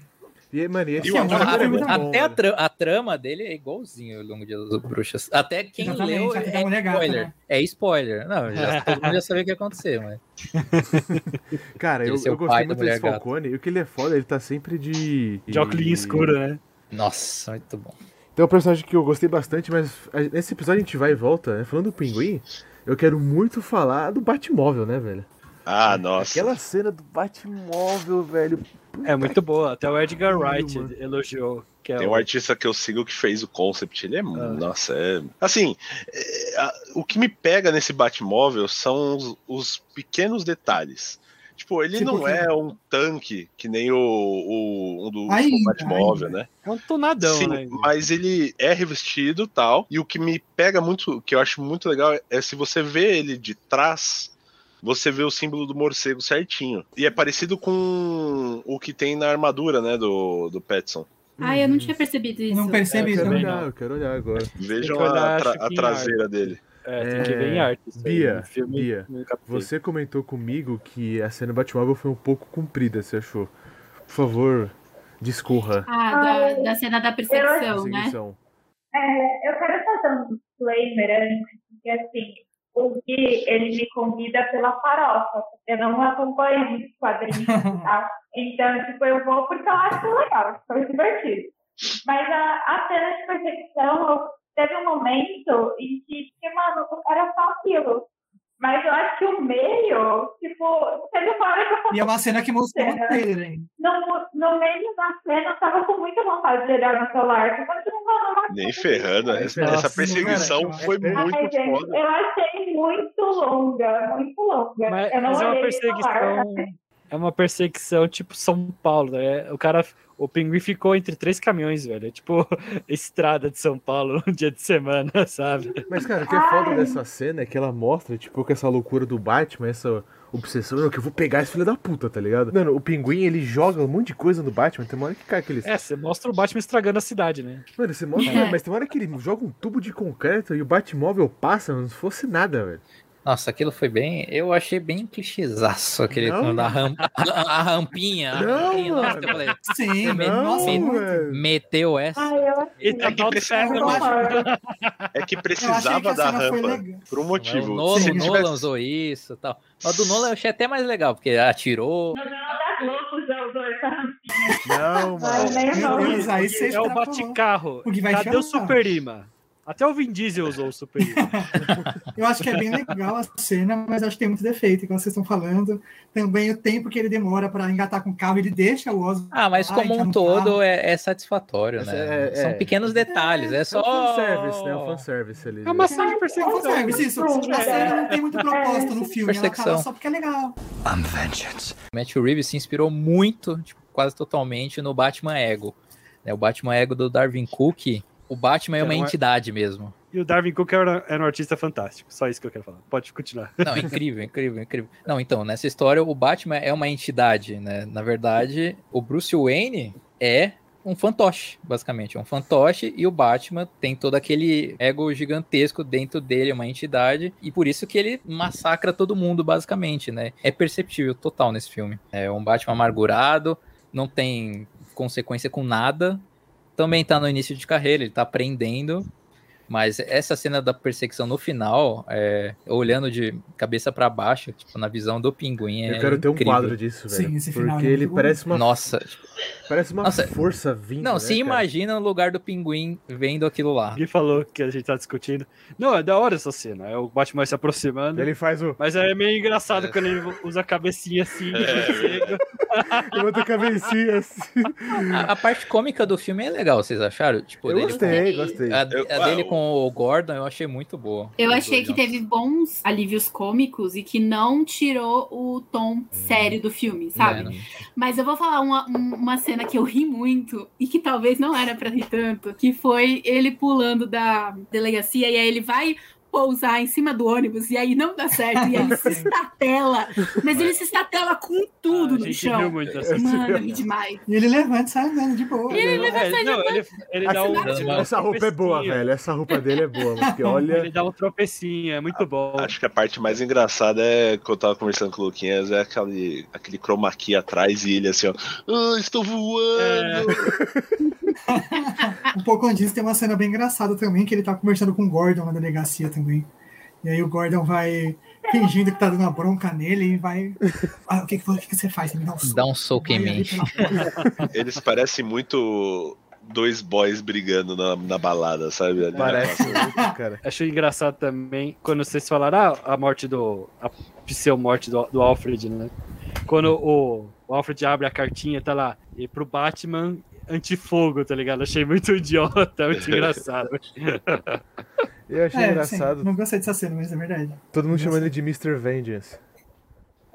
E, mano, e esse
E o
ator
ator
é
é
muito
muito
bom,
Até a,
velho.
tra- a trama dele é igualzinho ao Longo Dia das Bruxas. Até quem
Exatamente,
leu
até
é
da mulher gata,
spoiler.
né?
É spoiler. Não, já, todo mundo já sabia o que ia acontecer, mas.
Cara,
Ele
eu,
ser o
eu
é pai da
gostei muito
mulher
desse
gata.
Falcone. E o que ele é foda, ele tá sempre de.
De óculos escuro, né?
Nossa, muito bom.
Tem um personagem que eu gostei bastante, mas a- nesse episódio a gente vai e volta, né? Falando do pinguim, eu quero muito falar do Batmóvel, né, velho?
Ah, nossa.
Aquela cena do Batmóvel, velho.
É muito boa. Até o Edgar
Caralho,
Wright
mano.
elogiou. Que é
Tem
o- Ah.
um artista que eu sigo que fez o concept, ele é. Nossa, é. Assim, é, a- o que me pega nesse Batmóvel são os, os pequenos detalhes. Tipo, ele
Tipo
não
que-
é um tanque que nem o, o, um do último
Ainda,
Batmóvel, né?
é um tonadão,
Sim,
né?
mas ele é revestido tal. E o que me pega muito, o que eu acho muito legal, é se você vê ele de trás, você vê o símbolo do morcego certinho. E é parecido com o que tem na armadura, né, do, do Petson.
Ah, eu não tinha percebido isso.
Não
Eu
percebi isso.
quero
É, também
olhar,
não.
eu quero olhar agora.
Vejam
Tem que olhar,
a, tra-
acho
a
que em
traseira dele.
É, tem que ver em
É,
arte. isso aí,
Bia,
no filme,
Bia,
no capítulo.
Você comentou comigo que a cena do Batmóvel foi um pouco comprida, você achou? Por favor, discorra.
Ah, da,
Ai.
da cena da perseguição, né?
Perseguição.
É, eu quero fazer um disclaimer antes, porque assim, o Gui, ele me convida pela farofa, porque eu não acompanho muitos quadrinhos e tal. Então, tipo, eu vou porque eu acho legal, foi divertido. Mas a, a cena de perseguição, eu- teve um momento em que, que, mano, era só aquilo. Mas eu acho que o meio, tipo, teve uma hora que eu falei,
E é uma cena que mostrou o
É.
trailer, hein?
no, no meio da cena, eu tava com muita vontade de olhar no celular. Tipo, eu não vou, não vou
Nem ferrando. né?
Nossa,
Essa,
não, né?
essa
cara,
perseguição
eu-
foi
Ai,
muito
Ai, gente,
foda.
eu achei muito longa, muito longa.
Mas,
eu não
mas é uma
olhei no celular.
perseguição. É uma perseguição tipo São Paulo. né? O cara. O pinguim ficou entre três caminhões, velho. É Tipo, estrada de São Paulo, um dia de semana, sabe?
Mas, cara, o que é foda dessa cena é que ela mostra, tipo, que essa loucura do Batman, essa obsessão, não, que eu vou pegar esse filho da puta, tá ligado? Mano, o pinguim, ele joga um monte de coisa no Batman, tem uma hora que cai aquele...
É, você mostra o Batman estragando a cidade, né?
Mano, você mostra,
É.
mas tem uma hora que ele joga um tubo de concreto e o Batmóvel passa, mano, se fosse nada, velho.
Nossa, aquilo foi bem. Eu achei bem clichêzaço aquele
Não?
quando a, ram- a- a rampinha. a
Não,
rampinha, nossa,
mano.
eu falei,
Sim,
Não,
nossa, muito.
velho.
meteu essa.
Ai, eu achei.
E tá mal de ferro,
Eu
eu
né?
acho.
concordo.
É que
Eu achei que
precisava
a
da
cena foi
rampa
legal.
por um
Mas
motivo.
é O Nolan, o
Se ele
Nolan
tivesse-
usou isso e tal. Mas do Nolan eu achei até mais legal, porque atirou.
No jornal da Globo
é
já usou essa rampinha.
Não,
Ah, é
Ai,
mano.
nem
Meu
falo.
Deus, aí você
É o
extrapolou.
bate-carro.
O que vai
Cadê o
chamar?
Super Ima? Até o Vin Diesel usou o Super Ima.
Eu acho que é bem legal a cena, mas acho que tem muito defeito, igual vocês estão falando. Também o tempo que ele demora para engatar com o carro, ele deixa o Osmo.
Ah, mas
Ai,
como
tá
um
no
todo
carro.
é, é satisfatório,
Essa
né?
é-
São
é.
pequenos detalhes, é,
É
só.
o fanservice, né? O fanservice ali.
É uma cena de
É um
perseguição. é.
fanservice, isso. A cena não tem muito propósito no filme, ela tá lá
Perseguição.
só porque é legal.
Matthew Reeves se inspirou muito, tipo, quase totalmente, no Batman Ego. né? O Batman Ego do Darwin Cook, o Batman é
Era
uma
uma-
entidade mesmo.
E o Darwin Cook era, era um artista fantástico. Só isso que eu quero falar. Pode continuar.
Não, incrível, incrível, incrível. Não, então, nessa história, o Batman é uma entidade, né? Na verdade, o Bruce Wayne é um fantoche, basicamente. É um fantoche e o Batman tem todo aquele ego gigantesco dentro dele, é uma entidade. E por isso que ele massacra todo mundo, basicamente, né? É perceptível total nesse filme. É um Batman amargurado, não tem consequência com nada. Também tá no início de carreira, ele tá aprendendo. Mas essa cena da perseguição no final, é, olhando de cabeça pra baixo, tipo, na visão do pinguim, é
Eu quero ter um
incrível.
quadro disso, velho.
Sim, esse final
porque
é
ele
muito
parece uma,
Nossa, tipo,
parece uma
Nossa.
força vindo.
não,
né,
se
cara?
imagina no lugar do pinguim vendo aquilo lá.
Alguém falou que a gente tá discutindo. Não, é da hora essa cena. É o Batman se aproximando.
Ele faz o. É.
Mas é meio engraçado quando ele usa a cabecinha assim. chega.
Levanta a cabecinha assim.
A, a parte cômica do filme é legal, vocês acharam? Tipo,
Eu
dele
gostei,
com-
gostei.
com- a,
Eu-
a dele
ah, o-
com o Gordon eu achei muito boa.
Eu
Os
achei
dois
que
juntos.
teve bons alívios cômicos e que não tirou o tom sério do filme, sabe?
Né,
Mas eu vou falar uma, um- uma cena que eu ri muito e que talvez não era pra rir tanto, que foi ele pulando da delegacia e aí ele vai pousar em cima do ônibus e aí não dá certo e aí ele se estatela, mas ele se estatela com tudo
Ah, a
no
gente viu
chão.
muito assim. essa cena.
Mano, é demais.
E ele levanta e sai andando de boa.
Ele
Não, é, não, ele, ele dá um,
Assim,
ele dá um
Essa roupa é boa,
tropecinho.
velho. Essa roupa dele é boa. Porque
Ele
olha.
dá um tropecinho, é muito bom.
Acho que a parte mais engraçada é que eu tava conversando com o Luquinhas, é aquele, aquele chroma key atrás e ele assim, ó. Ah, estou
É.
voando!
Um pouco antes tem uma cena bem engraçada também, que ele tá conversando com o Gordon na delegacia também. E aí o Gordon vai fingindo que tá dando uma bronca nele e vai. Ah, o que, que, foi? O que que você faz? Você me dá um soco. É,
Dá um soco em
Vai ali
mim.
pela porta.
Eles parecem muito dois boys brigando na, na balada, sabe? Ali né? na
Parece
praça.
muito, cara.
Achei engraçado também quando vocês falaram ah, a morte do. a pseudo-morte do, do Alfred, né? Quando o, o Alfred abre a cartinha, tá lá, e pro Batman antifogo, tá ligado? Achei muito idiota, muito engraçado.
Eu achei
É,
engraçado.
sim, não gostei dessa cena, mas é verdade.
Todo mundo chamando ele de Mr. Vengeance.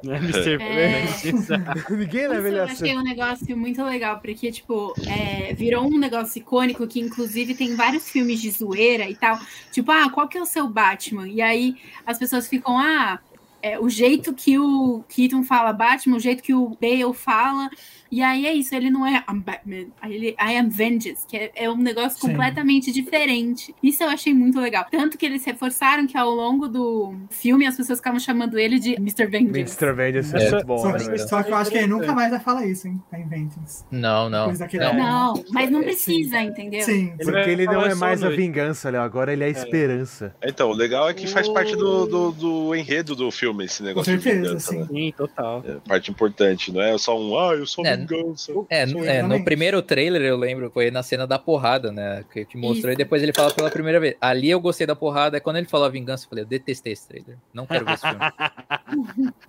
né? Mr.
É.
Burns.
Ninguém
Isso
leva ele
eu
a
achei
sério.
um negócio muito legal, porque, tipo, é, virou um negócio icônico que, inclusive, tem vários filmes de zoeira e tal. Tipo, ah, qual que é o seu Batman? E aí as pessoas ficam, ah, é, o jeito que o Keaton fala Batman, o jeito que o Bale fala. E aí é isso, ele não é I'm Batman, aí ele I am Vengeance, que é, é um negócio
Sim.
completamente diferente. Isso eu achei muito legal. Tanto que eles reforçaram que ao longo do filme as pessoas ficavam chamando ele de Mr. Vengeance.
Mr. Vengeance é
Essa-
muito bom,
só,
né,
que,
velho? É
só que eu acho que ele nunca mais vai falar isso, hein? Tá inventando.
Não, não.
Coisa que
não.
dá.
Não, mas não precisa, entendeu?
Sim,
Ele
Porque
vai
É. ele não
falar
é
só
mais a
noite.
vingança, Léo. Agora ele é a esperança.
Então, o legal é que faz parte do, do, do enredo do filme esse
com
negócio de
certeza,
vingança, né?
sim.
Sim, total.
É parte importante, não é só um, ah, eu sou
É,
vingança.
É,
sou
é, no
exatamente.
primeiro trailer eu lembro, foi na cena da porrada, né? Que te mostrou e
Isso.
depois ele fala pela primeira vez. Ali eu gostei da porrada, é quando ele falou a vingança, eu falei, eu detestei esse trailer. Não quero ver esse filme.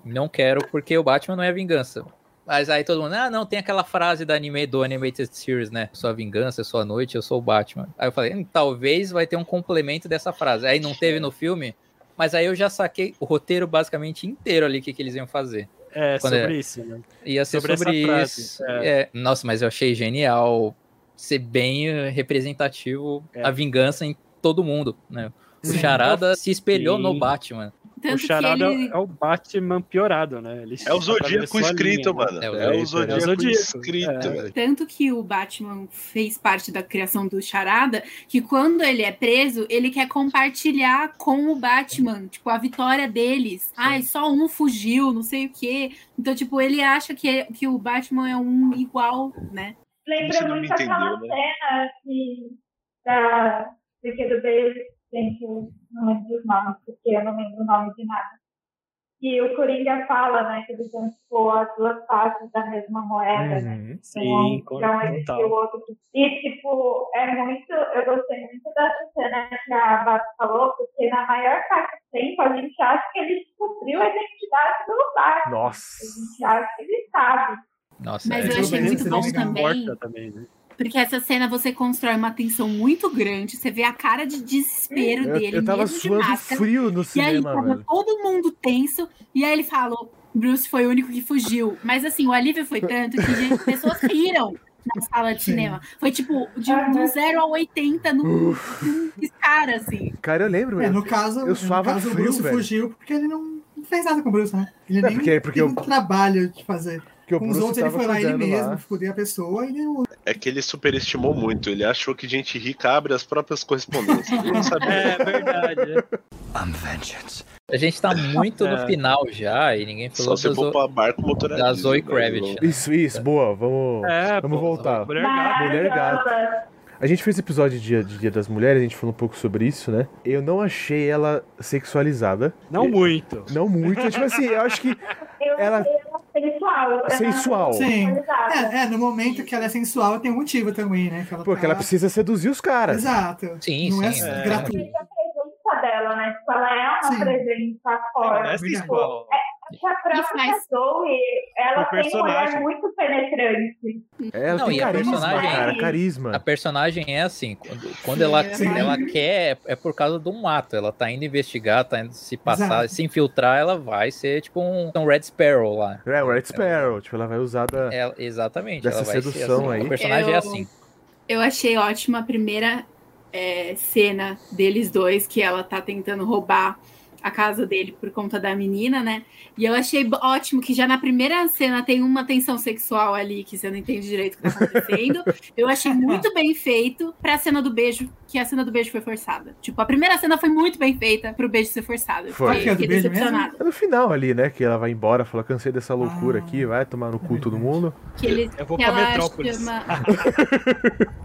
não quero, porque o Batman não é vingança. Mas aí todo mundo, ah, não, tem aquela frase da anime, do Animated Series, né? Sua vingança, sua noite, eu sou o Batman. Aí eu falei, "Hum, talvez vai ter um complemento dessa frase. Aí não teve no filme, mas aí eu já saquei o roteiro basicamente inteiro ali, o que, que eles iam fazer.
É,
Quando é-
sobre isso, né?
Ia ser
Sobre
sobre,
essa frase,
isso. É, Nossa, mas eu achei genial ser bem eh, representativo
É.
a vingança em todo mundo, né? O
Sim.
Charada se espelhou no
Sim.
Batman.
O
Tanto que
Charada é o-
ele.
é o Batman piorado, né? Ele
É o
atravessou
Zodíaco
a
escrito,
linha, né?
mano.
É o
É o
Zodíaco,
é o
Zodíaco
Zodíaco,
escrito,
é.
velho.
Tanto que o Batman fez parte da criação do Charada, que quando ele é preso, ele quer compartilhar com o Batman, tipo, a vitória deles. Ai, só um fugiu, não sei o quê. Então, tipo, ele acha que, que o Batman é um igual, né?
Você
Lembra
não me
muito aquela
entendeu,
cena que da PQB, gente, eu não lembro dos nomes, porque eu não lembro o nome de nada. E o Coringa fala, né, que eles são tipo as duas faces da mesma moeda, né?
Uhum.
É, Sim,
um que é um existe o
total.
outro. que- E, tipo, é muito. Eu gostei muito dessa cena que a Bata falou, porque na maior parte do tempo a gente acha que ele descobriu a identidade do Batman.
Nossa.
A gente acha que ele sabe.
Nossa,
Mas
é.
eu achei
Tudo bem,
muito
seria
bom
legal.
também.
Porta também, né?
Porque essa cena você constrói uma tensão muito grande, você vê a cara de desespero
É, Eu,
dele,
eu tava
mesmo de
suando
máscara.
frio no
E aí
cinema,
tava
velho.
todo mundo tenso, e aí ele falou: Bruce foi o único que fugiu. Mas assim, o alívio foi tanto que gente, pessoas riram na sala de
Sim.
cinema. Foi tipo, de
Aham.
do 0 a 80 num num piscar, assim.
Cara, eu lembro,
É,
mano.
no caso,
eu
no
suava
caso
frio,
o Bruce
velho.
fugiu porque ele não não fez nada com o Bruce, né? Ele
É,
nem
porque- porque
teve
o-
um trabalho de fazer.
que o
com os
Bruce
outros ele
tava
foi lá ele
cuidando
mesmo,
lá.
fudeu a pessoa e ele
É que ele superestimou muito. Ele achou que gente rica abre as próprias correspondências. Ele não sabia.
É verdade.
A gente tá muito no
É.
final já e ninguém
Só
falou
se
do
for pra barco motorista.
da Zoe Kravitz. né?
Isso, isso, boa, vamos.
É,
Vamos
pô,
voltar.
mulher gata.
Ah, Mulher gata.
Maravilhosa.
A gente fez episódio de dia, de dia das Mulheres, a gente falou um pouco sobre isso, né? Eu não achei ela sexualizada. É.
Não muito.
Não muito, tipo assim, eu acho que
Eu
Ela-
achei ela sensual. eu achei ela é
sensual.
Sim.
sensualizada.
É, é, no momento que ela é sensual tem um motivo também, né? Que ela
Porque
tá-
ela precisa seduzir os caras.
Exato.
Sim,
não
sim,
é,
é.
gratuito.
a presença dela, né? Tipo, ela é uma
Sim.
presença
Ela
forte.
assim,
é sensual.
Tipo, a própria
faz-
Zoe, ela
O
tem um olhar
personagem.
muito penetrante.
É, Ela
Não,
tem
e a
carisma,
personagem- é
cara,
A
carisma.
personagem é assim, quando, quando ela,
Sim.
ela quer, é por causa de um ato. Ela tá indo investigar, tá indo se passar,
Exato.
se infiltrar, ela vai ser tipo um, um Red Sparrow lá.
É, o Red Sparrow, tipo, ela vai usar da...
Ela- exatamente.
Dessa
ela vai ser
sedução
assim.
aí.
O personagem é
Eu-
assim.
Eu achei ótima a primeira é, cena deles dois, que ela tá tentando roubar a casa dele por conta da menina, né? E eu achei b- ótimo que já na primeira cena tem uma tensão sexual ali que você não entende direito o que tá acontecendo. eu achei muito bem feito pra cena do beijo, que a cena do beijo foi forçada. Tipo, a primeira cena foi muito bem feita pro beijo ser forçado. Eu fiquei-
Foi.
Qual que é a do
fiquei
beijo mesmo?
decepcionada.
É no final ali, né, que ela vai embora, fala, cansei dessa loucura
Ah.
aqui, vai tomar no cu todo mundo.
Que ele
Eu vou
que
pra
ela
Metrópolis.
chama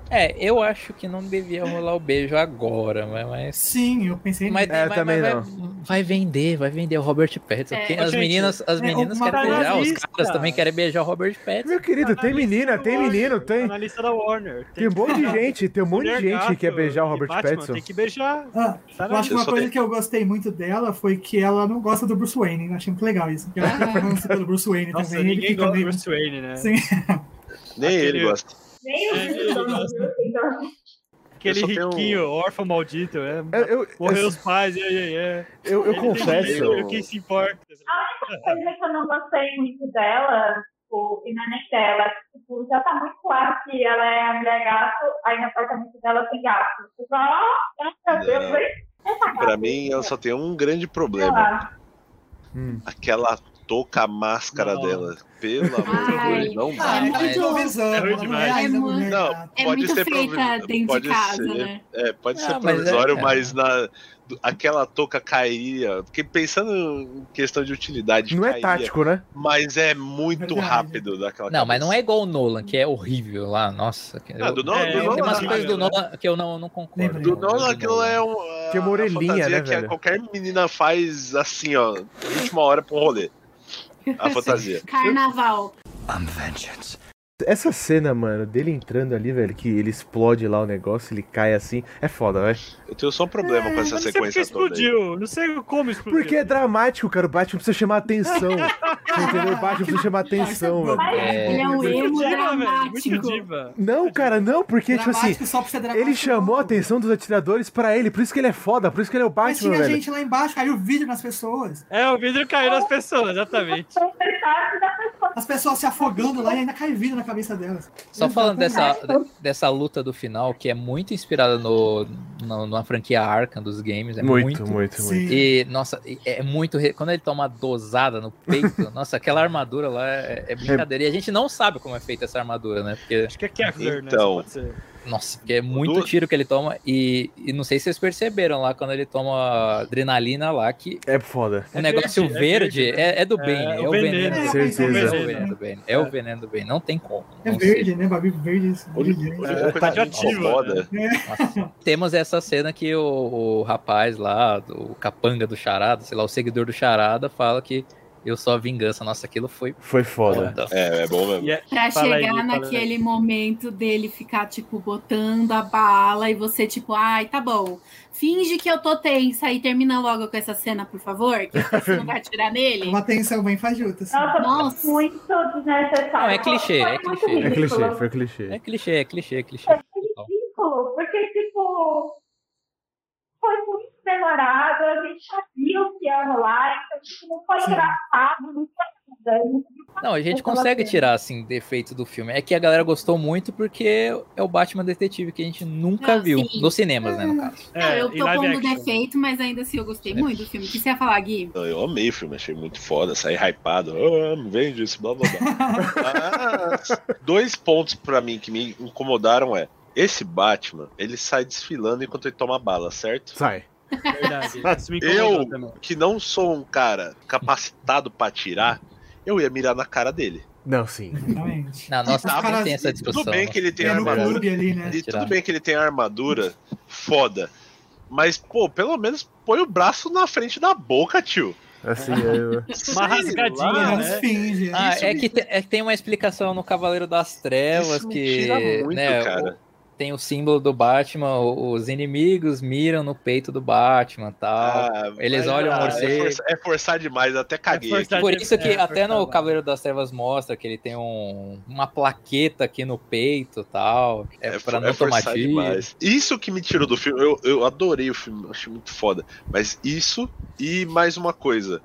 É, eu acho que não devia rolar o beijo agora, mas. mas...
Sim, eu pensei
Mas,
É,
mas-
também
mas- vai vender, vai vender o Robert Pattinson.
É,
Quem-
ô,
as
gente,
meninas, as
é,
meninas
uma
querem beijar, os
analista.
caras também querem beijar o Robert Pattinson.
Meu querido, tem
Analista
menina,
da
tem
Warner,
menino, tem...
Analista da Warner.
Tem um monte de gente, tem um monte de
Mulher
gente que quer
gato
beijar o
e
Robert
Batman
Pattinson.
Tem que beijar.
Ah,
Tá
eu acho que
Eu
uma coisa
sou dele.
que eu gostei muito dela foi que ela não gosta do Bruce Wayne. Eu achei muito legal isso. que Ela tem um lance pelo Bruce Wayne
Então,
Nossa,
também. ele
ninguém
que
gosta
também-
do Bruce Wayne, né?
Sim.
Nem
Aquele-
ele gosta.
Nem o
É,
Bruce
eu gosto.
Wayne, então,
Aquele
Eu só tenho-
riquinho, órfão maldito, né?
Eu, eu,
Morreu
eu,
os pais, é, é, é.
eu, eu
Ele tem
confesso...
dinheiro, Quem se importa?
coisa que eu não gostei muito dela, tipo, e não é nem dela, tipo, já tá muito claro que ela é a mulher gato, aí no apartamento dela tem gato. Tipo, ó, graças a Deus,
Não.
hein?
Pra mim, ela só tem um grande
Sei
problema.
lá.
Hum.
Aquela touca máscara
Não.
dela. Pelo amor de
Ai.
Deus, não
Ah,
dá.
ela
muito-
tá improvisando.
É ruim
ela não é
demais.
ainda
É
mulher tá?
muito-
gata.
É
Pode
muito
ser
feita
provi-
dentro
pode
de casa,
ser.
né?
É, pode
Ah,
ser
mas é-
provisório,
é.
mas, na, do- aquela touca cairia. Porque pensando em questão de utilidade,
Não é
cairia,
tático, né?
Mas é muito
Verdade.
rápido daquela
Não, mas não é igual o Nolan, que é horrível lá, nossa. que
Ah,
eu-
do Nolan- né?
do
tem
Nolan
umas
é
coisas do
horrível,
Nolan que eu não, não concordo.
Lembra.
Do
não,
Nolan, aquilo é um.
Que é uma orelhinha,
fantasia
né,
que
velho?
qualquer menina faz assim, ó, última hora pra um rolê. A fantasia.
Carnaval.
Essa cena, mano, dele entrando ali, velho, que ele explode lá o negócio, ele cai assim, é foda, velho.
Eu tenho só um problema com essa
não sei porque
sequência toda. aí.
explodiu, não sei como explodiu.
Porque é dramático, cara. O Batman precisa chamar atenção. Você entendeu? O Batman precisa chamar atenção, velho.
Mas
É.
ele é um
Muito
erro
diva, velho, muito
dramático.
diva.
Não, cara, não, porque, tipo assim,
Dramático só pra ser dramático.
ele chamou a atenção dos atiradores pra ele, por isso que ele é foda, por isso que ele é o
Mas
Batman,
tinha
velho.
gente lá embaixo, caiu o vídeo nas pessoas.
É, o vidro caiu nas pessoas, exatamente.
Foi pensado da pessoa.
As pessoas se afogando lá e ainda caiu vídeo na cabeça delas.
Só
Uhum.
falando dessa,
Exatamente.
de- dessa luta do final, que é muito inspirada no, no- numa franquia Arkham dos games. É muito,
Muito, muito, muito.
Sim.
E, nossa, e é muito. re- Quando ele toma uma dosada no peito, nossa, aquela armadura lá é, é brincadeira. E a gente não sabe como é feita essa armadura, né? Porque,
Acho que é Kevlar, né?
Então.
Pode ser.
nossa, porque é muito
Duas-
tiro que ele toma. E, e não sei se vocês perceberam lá quando ele toma adrenalina lá, que
É foda.
o
É
negócio
verde, é
verde,
verde,
é, é do Bane, é, o veneno.
veneno.
É
Certeza.
o veneno do Bane, é o veneno do Bane, não tem como.
É
não sei.
verde, né? Babi verde. isso,
Olha-
verde. né?
olha
É,
uma
tá-
coisa que me incomoda.
Nossa. né? Temos essa cena que o, o rapaz lá, do- o capanga do Charada, sei lá, o seguidor do Charada, fala que eu só vingança. Nossa, aquilo foi
Foi foda.
foda.
É, é bom mesmo.
E é-
Pra
Fala aí,
chegar
fala aí.
naquele momento dele ficar, tipo, botando a bala e você, tipo, ai, tá bom. Finge que eu tô tensa e termina logo com essa cena, por favor, que você não vai atirar nele.
Uma atenção bem fajuta. assim.
Nossa,
Nossa.
muito desnecessário.
Não, é clichê,
Foi
é
muito
clichê.
É clichê,
ridículo.
foi
É
clichê.
clichê, é clichê, é clichê.
É ridículo, porque, tipo, foi muito demorado, a gente sabia o que ia rolar, então, tipo, não foi
Sim.
engraçado, não foi nada.
Não, a gente consegue tirar, assim, defeito do filme. É que a galera gostou muito porque é o Batman Detetive que a gente nunca
Não,
viu.
Ah, sim.
Nos cinemas, né, no caso.
Não, eu
É, e
tô
live
pondo
action.
defeito, mas ainda assim eu gostei muito do filme. O que você ia falar, Gui?
Não, eu amei o filme, achei muito foda, saí hypado, ah, me vende isso, blá blá blá. Mas, dois pontos pra mim que me incomodaram é: esse Batman, ele sai desfilando enquanto ele toma bala, certo?
Sai.
Verdade. Isso me incomodou
Eu-
também.
Que não sou um cara capacitado pra atirar, eu ia mirar na cara dele.
Não, sim.
Realmente.
Na nossa,
Os
sempre
caras-
tem essa discussão. né?
Tudo bem que ele tem
É no
armadura,
clube ali, né?
E
Tirar.
tudo bem que ele tem a armadura foda. Mas, pô, pelo menos põe o braço na frente da boca, tio.
Assim, eu...
Uma
Sei
rasgadinha,
lá,
né?
Errados finge. né?
Ah,
Isso
é
me-
que, te- é que tem uma explicação no Cavaleiro das Trevas
Isso me
que
tira muito,
né,
cara.
o- tem o símbolo do Batman, o- os inimigos miram no peito do Batman e tal.
Ah,
Eles
mas,
olham o
ah,
morcego.
É forçar, é forçar demais, até caguei.
É
aqui.
forçar-
Por
deve-
isso que
é,
até no
forçado.
Cavaleiro das Trevas mostra que ele tem um- uma plaqueta aqui no peito e tal. É, pra
for-
não tomar
forçar
tiro.
demais. Isso que me tirou do filme. Eu, eu adorei o filme, achei muito foda. Mas isso e mais uma coisa.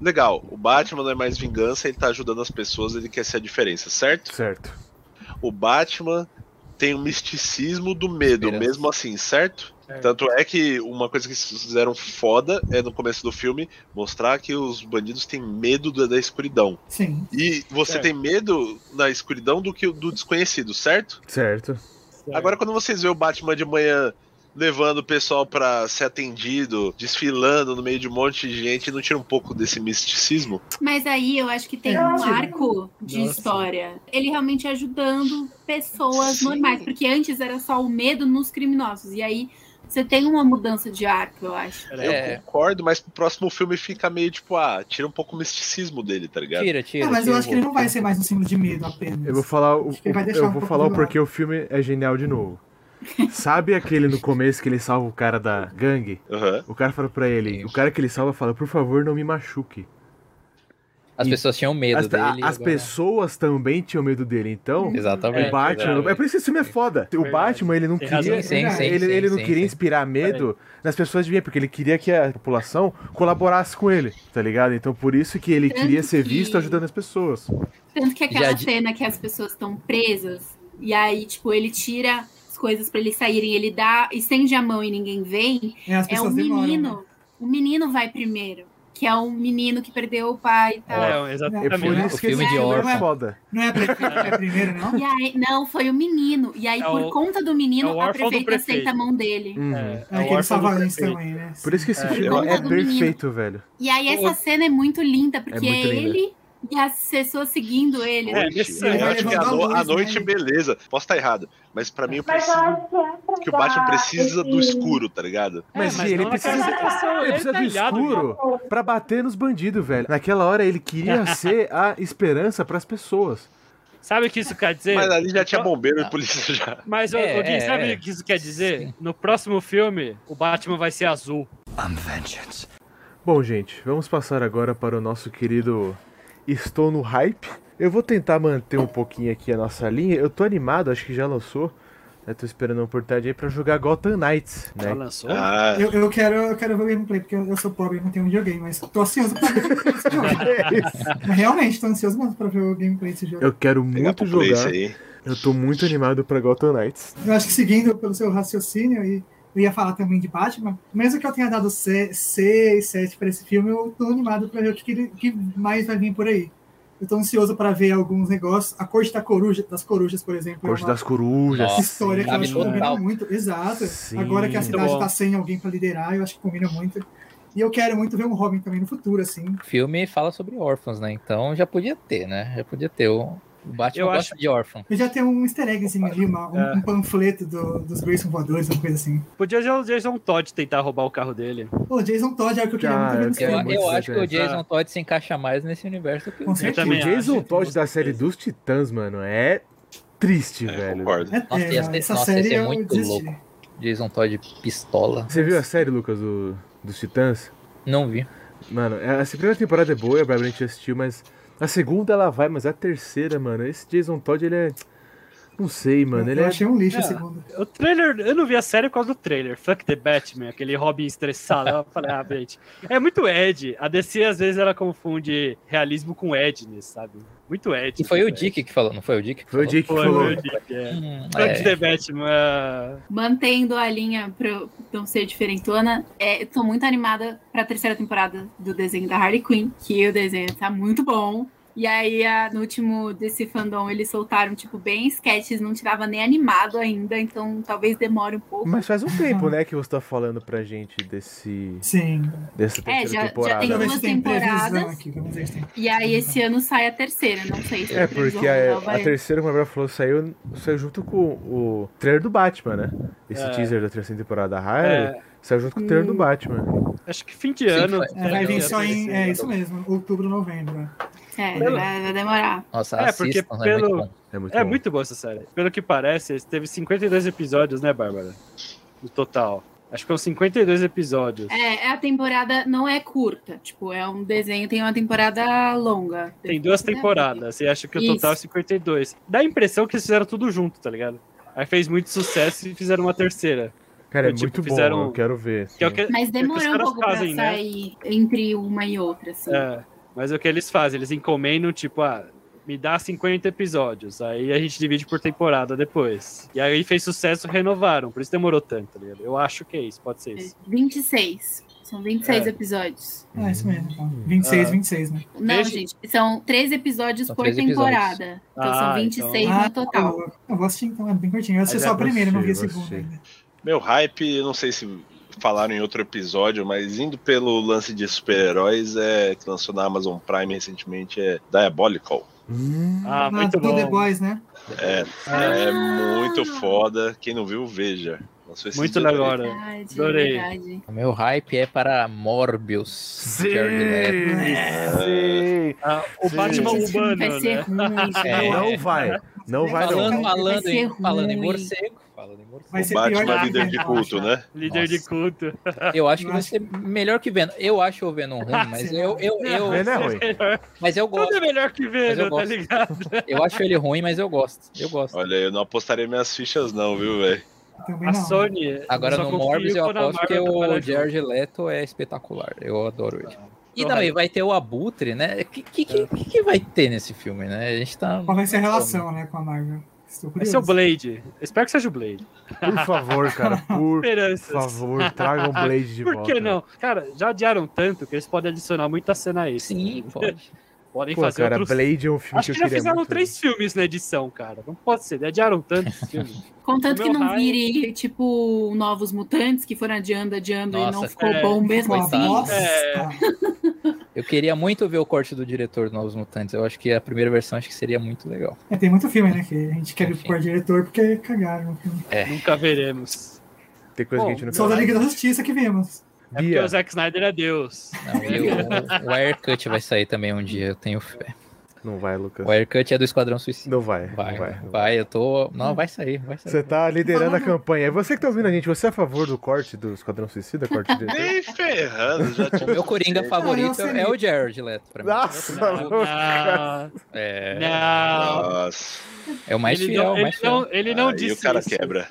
Legal, o Batman não é mais vingança, ele tá ajudando as pessoas, ele quer ser a diferença, certo?
Certo.
O Batman tem um misticismo do medo,
Esperança.
mesmo assim, certo?
Certo.
Tanto é que uma coisa que eles fizeram foda é no começo do filme mostrar que os bandidos têm medo da, da escuridão.
Sim.
E você
Certo.
tem medo na escuridão do que do desconhecido, certo?
Certo.
Agora, quando vocês veem o Batman de manhã levando o pessoal pra ser atendido, desfilando no meio de um monte de gente, não tira um pouco desse misticismo?
Mas aí eu acho que tem
É,
um
tira.
arco de
Nossa.
história. Ele realmente ajudando pessoas
Sim.
normais, porque antes era só o medo nos criminosos. E aí você tem uma mudança de arco, eu acho.
É.
Eu concordo, mas pro próximo filme fica meio tipo, ah, tira um pouco o misticismo dele, tá ligado?
Tira, tira.
Ah, mas eu
tira,
acho que ele não
tira.
vai ser mais um símbolo de medo apenas.
Eu vou falar o,
Acho que ele vai deixar
eu
um
vou
pouco
falar
de
o porquê o filme é genial de novo. Sabe aquele no começo que ele salva o cara da gangue?
Aham.
O cara fala pra ele, o cara que ele salva fala, por favor, não me machuque.
As pessoas tinham medo
As, pe-
dele.
a-
agora- Uhum.
as pessoas também tinham medo dele, então
Exatamente.
o Batman. É,
exatamente.
por isso que esse filme é foda. O
Verdade.
Batman, ele não
Tem
queria.
razão.
Sim, sim,
ele
sim,
ele não
sim,
queria
sim.
inspirar medo nas pessoas de bem, porque ele queria que a população colaborasse com ele, tá ligado? Então por isso que ele
Tanto
queria ser
que-
visto ajudando as pessoas.
Tanto que aquela
Já di-
cena que as pessoas estão presas, e aí, tipo, ele tira as coisas pra eles saírem, ele dá, estende a mão e ninguém vem,
É, as
é o
pessoas demoram,
menino.
né?
O menino vai primeiro, que é um menino que perdeu o pai e tal.
É,
É por
exatamente.
O
isso que
filme
esse
de
filme é
órfão.
foda.
Não é a prefeita que é a primeira, não?
E aí, não, foi o menino. E aí,
É
por
o-
conta do menino,
é o
a
órfão do
prefeita
prefeito.
aceita a mão dele.
Uhum.
É,
É
o
aquele
órfão do
savalista
prefeito.
também, né?
Por isso que esse
É,
eu-
filme é
eu-
perfeito, velho.
E aí, essa
O-
cena é muito linda, porque
muito
é
linda.
ele e as pessoas seguindo ele. né?
É,
Noite,
ele
eu
vai
acho que a,
levantar
no-
a luz,
a noite,
né?
beleza. Posso estar errado, mas pra mim eu
Mas ah, eu
preciso
acho que entra
que o Batman
já
precisa do
esse-
escuro, tá ligado?
É, Mas,
mas
ele
não
precisa,
naquela situação,
ele
ele
precisa
tá
do
ilhado,
escuro pra bater nos bandidos, velho. Naquela hora ele queria ser a esperança pras pessoas.
Sabe o que isso quer dizer?
Mas ali já
No
tinha
pro-
bombeiro e polícia já.
Mas, ô,
É,
ô, Gui,
é,
sabe
é.
o que isso quer dizer? No próximo filme, o Batman vai ser azul.
Bom, gente, vamos passar agora para o nosso querido Estou no Hype. Eu vou tentar manter um pouquinho aqui a nossa linha. Eu tô animado, acho que já lançou. Eu tô esperando uma oportunidade aí pra jogar Gotham Knights,
Já
né?
lançou?
Ah,
Eu, eu quero, eu quero ver o gameplay, porque eu, eu sou pobre e não tenho videogame, mas tô ansioso pra ver esse jogo. Mas Realmente, tô ansioso mesmo pra ver o gameplay desse jogo.
É Eu quero
pegar
muito
pro play isso
jogar.
aí.
Eu tô muito animado pra Gotham Knights.
Eu acho que seguindo pelo seu raciocínio, e eu ia falar também de Batman, mesmo que eu tenha dado 6, 7 pra esse filme, eu tô animado pra ver o que, ele- que mais vai vir por aí. Eu tô ansioso pra ver alguns negócios. A corte da coruja, das corujas, por exemplo. é
Corte
uma-
das Corujas.
Nossa,
história que eu
cabe
acho que combina
total.
muito. Exato.
Sim.
Agora que a
Muito
cidade
bom.
tá sem alguém pra liderar, eu acho que combina muito. E eu quero muito ver um Robin também no futuro, assim.
O filme fala sobre órfãos, né? Então já podia ter, né? Já podia ter. O o Batman
Eu
gosta
acho-
de órfão.
Eu já tenho um easter eggzinho ali, uma- um,
É.
um panfleto do- dos Grayson voadores, uma coisa assim.
Podia ser o Jason Todd tentar roubar o carro dele.
Pô, Jason Todd é o que eu queria muito ver
Cara,
no
eu
Eu,
quero
filme.
muito
eu
ver
acho que o
essa.
Jason Todd se encaixa mais nesse universo do que o
Com
Jason.
certeza.
O
também
Jason
acho,
Todd
com
da série
certeza.
dos Titãs, mano, é triste,
É,
velho.
concordo.
É,
Nossa,
é,
ia ser-
essa
nossa, ia
série
ser
eu
muito
desisti.
Jason Todd pistola.
Você viu a série, Lucas, do, dos Titãs?
Não vi.
Mano, é- a primeira temporada é boa, a Bárbara a gente assistiu, mas a segunda ela vai, mas a terceira, mano, esse Jason Todd, ele é. Não sei, mano, ele
eu
é.
achei um lixo
É.
a segunda.
O trailer, eu não vi a série por causa do trailer. Fuck the Batman, aquele Robin estressado. Eu falei, ah, gente. É muito Ed. A DC às vezes ela confunde realismo com Edness, sabe? Muito Ed.
E foi o Dick que falou, não foi o Dick? que
Foi o
falou?
Jake que
Foi, foi
falou.
o Dick, é.
Hum,
Fuck
é.
the Batman. é.
Mantendo a linha pra eu não ser diferentona, é, eu tô muito animada pra terceira temporada do desenho da Harley Quinn, que o desenho tá muito bom. E aí, a- no último desse fandom, eles soltaram, tipo, bem sketches, não tirava nem animado ainda, então talvez demore um pouco.
Mas faz um tempo, né, que você tá falando pra gente desse.
Sim.
dessa
É,
terceira
já- já
temporada.
tem
Deixa eu ver
duas
se tem previsão
temporadas.
aqui. Vamos ver se tem.
E aí, esse ano sai a terceira, não sei se
É,
a previsão
porque a,
geral
a
vai-
terceira, como a Bárbara falou, saiu, saiu junto com o trailer do Batman, né? Esse
É.
teaser da terceira temporada da Harley
É,
saiu junto com o trailer
Hum.
do Batman.
acho que fim de ano.
foi.
É, vai vir só em. É
É,
isso mesmo, outubro, novembro.
É, vai, vai demorar.
Nossa,
É,
assistam,
porque
é muito
pelo-
bom.
É muito
é
bom.
muito boa essa série. Pelo que parece, teve 52 episódios, né, Bárbara? No total. Acho que foram 52 episódios.
É, a temporada não é curta, tipo, é um desenho, tem uma temporada longa.
Tem duas temporadas e acho que o
Isso.
total é 52. Dá a impressão que eles fizeram tudo junto, tá ligado? Aí fez muito sucesso e fizeram uma terceira.
Cara, é
Eu, tipo,
muito bom,
fizeram-
eu quero ver. assim.
Que é o
sim.
que-
Mas
que os
demorou um
caras
pouco pra
fazem, né?
sair entre uma e outra, assim.
é, mas é o que eles fazem, eles encomendam, tipo, ah, me dá 50 episódios. Aí a gente divide por temporada depois. E aí fez sucesso, renovaram. Por isso demorou tanto, tá ligado? Eu acho que é isso, pode ser isso.
26. São 26
É.
episódios.
É isso mesmo. Então. 26,
Ah.
26, né?
Não,
Veja-
gente, são três episódios
São
por
três
temporada. Então
Ah,
são 26
então.
no total.
Eu, eu vou assistir então, é bem curtinho. Eu assisti
Mas
só
é
a primeira, não vi a
você,
segunda
você.
ainda.
Meu hype, eu não sei se falaram em outro episódio, mas indo pelo lance de super-heróis, é, que lançou na Amazon Prime recentemente, é Diabolical.
Hum,
Ah, muito
do The
bom.
Boys, né?
É, é muito foda. Quem não viu, veja.
É.
Lançou esses
Muito
dias aí.
legal. né?
Verdade,
Adorei.
verdade.
O meu hype é para Morbius.
Sim!
Jared Leto.
Sim!
Ah, o
Sim.
Batman
Esse filme
humano,
vai ser
né?
ruim,
É.
Não vai, não vai não.
Falando,
Vai
falando,
ser
em,
ruim.
falando em morcego. Falando em morcego.
Vai ser pior
Batman
que
líder de
Venom,
culto,
acho.
né?
Líder
Nossa.
de culto.
Eu acho que
Eu
vai
acho
ser melhor que Venom. Eu acho o Venom ruim, mas
Ah, Sim.
eu, eu, eu,
Venom é ruim.
mas eu
Tudo é
gosto.
melhor que
Mas eu
Venom, tá
gosto.
ligado?
Eu acho ele ruim, mas eu gosto. Eu gosto.
Olha, eu não apostaria minhas fichas, não, viu, velho?
Também
A
não.
Sony.
Agora
só
no
confio
Morbius eu
quando a
aposto que
Marvel tá trabalha
o
junto.
Jared Leto é espetacular. Eu adoro ele. E
Tô
não, e
hype.
vai ter o Abutre, né? O que, que,
É.
que, que- que vai ter nesse filme, né? A gente tá.
Qual vai ser a relação, né, com a Marvel? Estou
Esse é o
curioso.
Blade. Eu Espero que seja o Blade.
Por favor, cara, por
Esperanças.
favor, tragam Blade de
Por
volta.
que não? Cara, já adiaram tanto que eles podem adicionar muita cena a isso.
Sim, pode.
Podem
Pô,
fazer
cara,
outros.
Blade é um filme
Acho que
que eu
já
queria
fizeram
muito.
três filmes na edição, cara. Não pode ser. Adiaram tanto esse filme. É
Contanto
O
que
meu
não
raio-
vire, tipo, novos mutantes que foram adiando, adiando e não
Nossa,
ficou
é,
bom mesmo
coitado.
assim.
Nossa!
É.
Eu queria muito ver o corte do diretor do Novos Mutantes. Eu acho que a primeira versão acho que seria muito legal.
É, tem muito filme, né, que a gente quer ver
Enfim.
por diretor porque cagaram. o filme.
Nunca veremos.
É. Tem coisa que a
Bom,
gente não
Só
quer.
da Liga da Justiça que vimos.
É porque
Bia.
o Zack Snyder é Deus.
Não, e o, o Air Cut vai sair também um dia, eu tenho fé.
Não vai, Lucas.
O haircut é do Esquadrão Suicida.
Não vai.
Vai,
não vai,
vai,
não
eu tô. Não, vai sair, vai sair.
Você tá liderando a
Vamos.
campanha. É você que tá ouvindo a gente. Você é a favor do corte do Esquadrão Suicida? Corte de...
Nem ferrando, já
O
tive.
meu Coringa favorito
sei.
é o Jared Leto, pra mim.
Nossa, Lucas.
Não,
É,
não.
Nossa.
é o mais
ele
fiel,
não,
o mais
ele
fiel.
não, ele não
Aí
disse
o cara
isso.
quebra.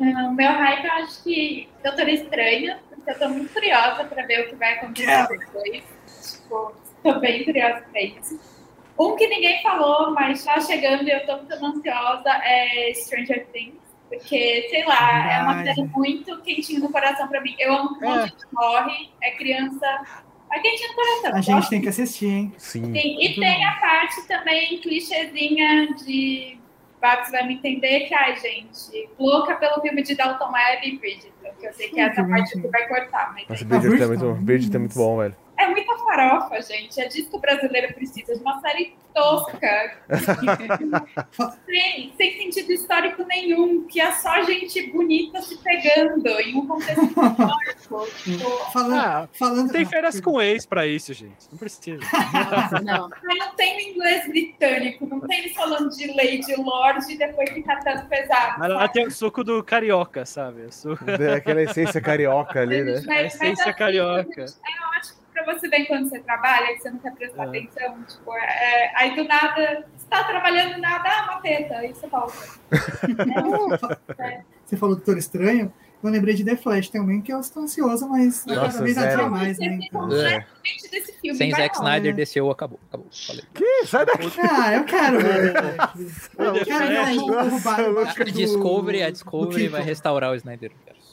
Ah, O meu hype eu acho que Doutor Estranho, porque eu tô muito curiosa pra ver o que vai acontecer depois. Tipo, tô bem curiosa pra isso. Um que ninguém falou, mas tá chegando e eu tô muito ansiosa é Stranger Things. Porque, sei lá, é uma
Verdade. É.
série muito quentinho no coração pra mim. Eu amo quando gente morre, é criança. É quentinho no coração.
A gente tem que assistir, hein?
Sim.
Sim, e tem a parte também clichêzinha de Babs vai me entender que, ai, gente, louca pelo filme de Dalton Webb e Bridgerton, que eu sei que é essa
Sim,
parte
sim.
que vai cortar, mas
Nossa,
enfim.
Bridgerton é
Bridgerton.
muito, Bridgerton é muito bom, velho.
é muita farofa, gente. É disso que o brasileiro precisa, de uma série tosca, sem, sem sentido histórico nenhum, que é só gente bonita se pegando em um contexto histórico. Tipo,
Falando,
Ah,
falando...
tem férias com ex pra isso, gente. Não precisa.
Nossa, não.
ai, não tem no inglês britânico, não tem eles falando de Lady Lorde e depois ficar tanto pesado.
Mas Ela tem o suco do carioca, sabe? O suco-
É Aquela essência carioca ali, né?
A essência carioca.
ótimo pra você ver quando você trabalha, que você não quer prestar
É.
atenção. Tipo, é, aí do nada, você tá trabalhando nada, ah, uma teta, aí você volta.
Você falou do Doutor Estranho, eu lembrei de The Flash também, que eu estou ansioso, mas
Nossa,
cada vez
zero.
adia mais, né?
um
Então...
É.
Gente desse filme,
Sem
vai
Zack
lá.
né?
Snyder, desceu, acabou. Acabou. Falei.
Ih, sai daqui!
Ah, eu quero ver. Eu quero ver um o-
Nossa,
o
é
Batman.
A
tipo
do-
Discovery, a
do
Discovery
Keaton.
é, vai restaurar o Snyder.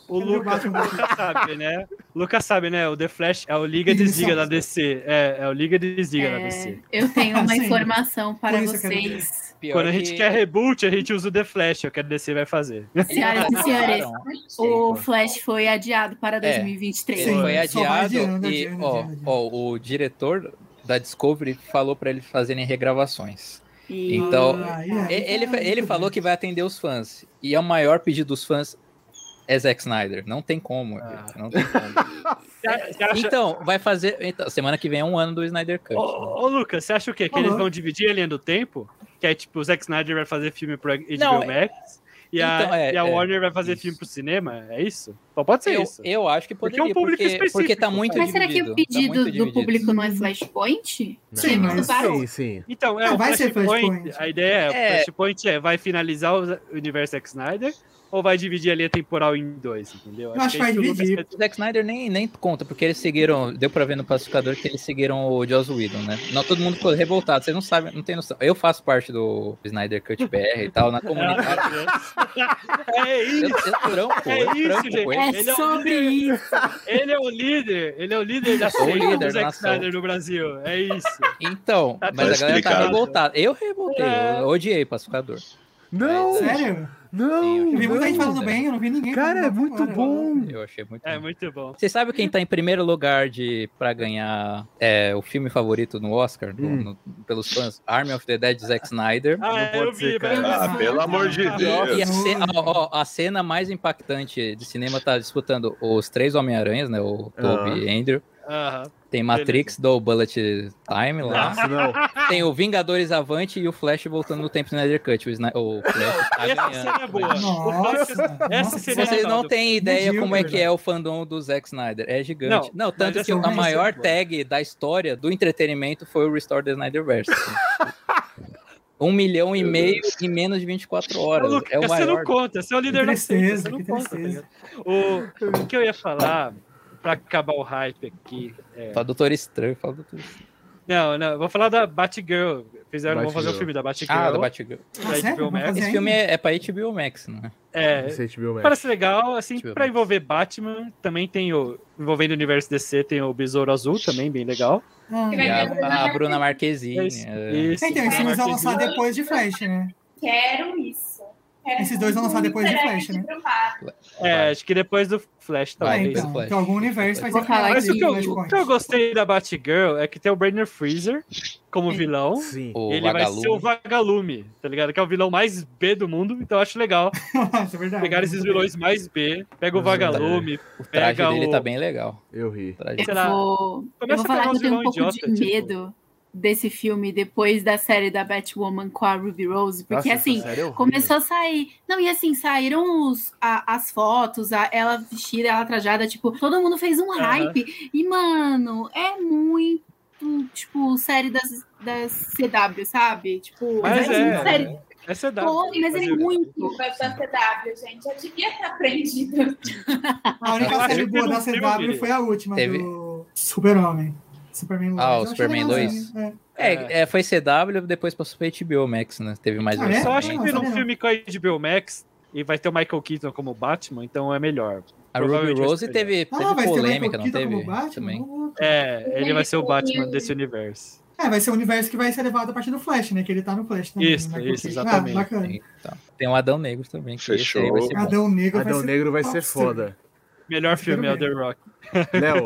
O
Quero ver
Lucas,
Batman.
Lucas sabe, né? O Lucas sabe, né? O The Flash é o Liga e Desliga da DC. É, é o Liga e Desliga da
É,
DC.
eu tenho uma
Sim.
informação para
Por isso eu quero
vocês.
Pior
Quando a gente
que-
quer reboot, a gente usa o The Flash, é o que a DC vai fazer.
Eles não
Senhoras e senhores,
restauraram.
o Flash foi adiado
É.
para 2023.
Ele foi
Sim, só vai
adiado
adiando,
e
adiando,
ó,
adiando,
ó, o diretor da Discovery falou pra eles fazerem regravações.
E-
Então,
Ah, yeah.
E- Ele, ele falou que vai atender os fãs. E é o maior pedido dos fãs é Zack Snyder. Não tem como.
Ah.
não tem como.
Você acha- você acha-
Então, vai fazer. Então, semana que vem é um ano do Snyder Cut. né?
Ô, ô, ô, Lucas, você acha o quê? Que eles
Olá.
vão dividir a linha do tempo? Que é tipo, o Zack Snyder vai fazer filme pro HBO
Não, é-
Max e a,
então, é,
e a
é,
Warner vai fazer
isso.
filme pro cinema? É isso? Só pode ser
eu,
isso.
eu acho que
Porque
poderia.
é um público
porque, porque tá
específico,
muito
cara.
Mas será que é
dividido. tá
o
muito
pedido do
dividido.
público não é Flashpoint?
Sim,
Não.
mas-
Sim, sim.
Então, é,
Ah,
o
vai ser
Flashpoint,
Flashpoint.
A ideia é,
É.
o Flashpoint é, vai finalizar o Z- o universo Zack Snyder ou vai dividir a linha temporal em dois, entendeu? é
Eu acho que vai
isso o Lucas
dividir.
quer
é O Zack Snyder nem, nem conta, porque eles seguiram. Deu pra ver no pacificador que eles seguiram o Joss Whedon, né? Não, todo mundo ficou revoltado. Vocês não sabem, não tem noção. Eu faço parte do Snyder Cut BR e tal, na comunidade.
É
Eu,
isso,
eu trampo, eu
É isso,
trampo
gente.
com ele.
É
É
Ele um
sobre
líder.
isso.
ele é o líder, ele é o líder da
Sou o
seita
líder
do
da
Zack
nação.
Snyder no Brasil, é isso.
Então,
Tá
mas a galera tá
explicado.
revoltada. Eu revoltei,
É.
eu odiei pacificador.
Não!
Sério?
Não!
Eu vi muita gente
não.
falando bem, eu não vi ninguém.
Cara, é
falando
muito
agora.
bom!
Eu achei muito.
É
ruim.
muito bom.
Você sabe quem tá em primeiro lugar de para ganhar é, o filme favorito no Oscar do-
Hum.
no- pelos fãs? Army of the Dead de Zack Snyder.
Ah, é,
pode
eu
ser,
vi,
cara.
mas-
Ah, pelo amor de Deus.
E a cena, ó, ó, a cena mais impactante de cinema tá disputando os três Homem-Aranhas, né? O Toby Andrew.
Aham.
Tem Matrix do Bullet Time lá.
Nossa, não.
Tem o Vingadores Avante e o Flash voltando no tempo do Snyder Cut. O, Sna- o Flash tá
Essa
ganhando.
cena é boa.
Nossa,
O Flash- essa
nossa,
cena é
Vocês
legal.
não têm ideia
Medíocre,
como é que
né?
é o fandom do Zack Snyder. É gigante. Não, tanto
mas
que
essa
a
conversa é
maior
boa.
tag da história do entretenimento foi o Restore the Snyderverse. um milhão e meio em menos de 24 horas.
Lucas,
é o
você
maior.
não conta, você é o líder
Que
da seita,
tristeza,
você não
que
conta. tá
tristeza.
ligado? o, o que eu ia falar, pra acabar o hype aqui... é-
Fala Doutor Estranho, fala Doutor Estranho.
Não, não, eu vou falar da Batgirl. Fizeram, vão fazer o
Batgirl.
filme da Batgirl.
Ah, da Batgirl.
Ah, sério? Vamos fazer
Esse
ainda?
filme é, é pra HBO Max, né?
É,
Esse HBO Max.
parece legal, assim,
Deixa eu ver
pra
mais.
envolver Batman, também tem o... Envolvendo o universo DC, tem o Besouro Azul, também bem legal.
Ah,
Que
E
vai
a,
ter o Bruna
a Bruna Marquezine.
Isso,
é.
isso.
Então,
Bruna
esses filmes vão
Marquezine.
lançar depois de Flash, né?
Quero isso. Quero
Esses dois vão lançar depois de
muito
Flash, né?
pro mar.
É, acho que depois do Flash,
Vai,
É,
talvez.
então,
Flash.
que algum universo vai
Flash.
ser
Vou falar
Mas
Mas
o
o
que, eu,
Flashpoint.
gostei da Batgirl é que tem o Brainer Freezer como vilão.
Sim.
O
ele vai
Vagalume.
ser o Vagalume, tá ligado? Que é o vilão mais B do mundo, então eu acho legal
Isso é verdade.
pegar esses vilões mais B, pega o
Mas,
Vagalume,
O traje
pega
dele
o-
tá bem legal.
Eu ri.
O traje- tá
Eu
Será?
vou, eu
começa
vou
a pegar
falar que
uns
eu tenho um
vilões
pouco
idiota,
de
tipo-
medo desse filme depois da série da Batwoman com a Ruby Rose, porque
Nossa,
assim,
essa série é horrível.
Começou a sair. Não, e assim, saíram os, a- as fotos, a- ela vestida, ela trajada, tipo, todo mundo fez um hype. E, mano, é muito, tipo, série das, das CW, sabe? Tipo,
Mas
vai ser uma
é.
série
Essa é da.
boa, mas ele é muito.
Desculpa, essa CW, gente. Eu devia estar aprendida.
A
Eu
única
achei
série
que
boa
não
da
viu,
CW
direito.
foi a última
Teve-
do Super-Homem. Superman
Ah,
Lois.
o
Eu achei
Superman
legalzinho, é.
É, é, foi CW, depois passou pra HBO Max, né? Teve mais
Ah,
um.
é?
Eu só acho
achei
que
não,
tem
sabia
um
não.
filme com a HBO Max e vai ter o Michael Keaton como Batman, então é melhor.
A Ruby
Provavelmente vai
Rose
ser
teve,
Ah,
teve
vai ter o Michael
polêmica, não
Keaton como
teve?
Batman?
Também.
Não,
É, ele vai ser o Batman desse universo.
É, vai ser o universo que vai ser levado a partir do Flash, né? Que ele tá no Flash também.
Isso,
né,
isso,
porque-
exatamente.
Ah, bacana.
Então, tem o Adão Negro também. Que esse aí vai ser
Fechou.
bom.
Adão Negro
Adão
vai ser...
Negro vai ser
Nossa.
foda.
Melhor filme é o The
bem.
Rock.
Léo,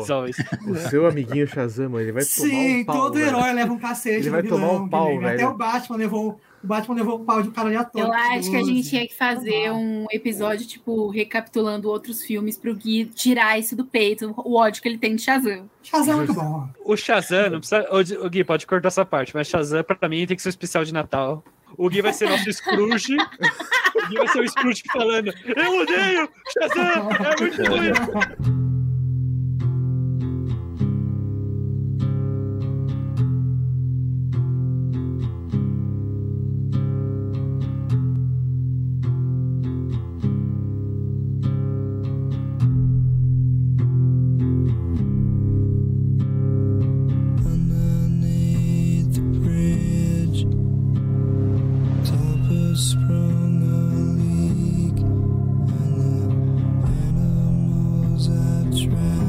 Só isso.
o seu amiguinho Shazam, ele vai
Sim,
tomar um pau.
todo
velho.
herói leva um cacete
Ele
do
vai tomar
vilão,
um pau,
Guilherme.
velho.
Até o Batman levou... O Batman levou um pau de um cara aleatório.
Eu acho que a gente
doze.
tinha que fazer um episódio, tipo, recapitulando outros filmes pro Gui tirar isso do peito, o ódio que ele tem de Shazam.
Shazam é muito bom.
O Shazam, não precisa. O Gui, pode cortar essa parte, mas Shazam, pra mim, tem que ser um especial de Natal. O Gui vai ser nosso Scrooge. o Gui vai ser o Scrooge falando: Eu odeio! Shazam! É muito ruim!
Underneath the bridge, Topper sprung a leak, and the animals I've trapped.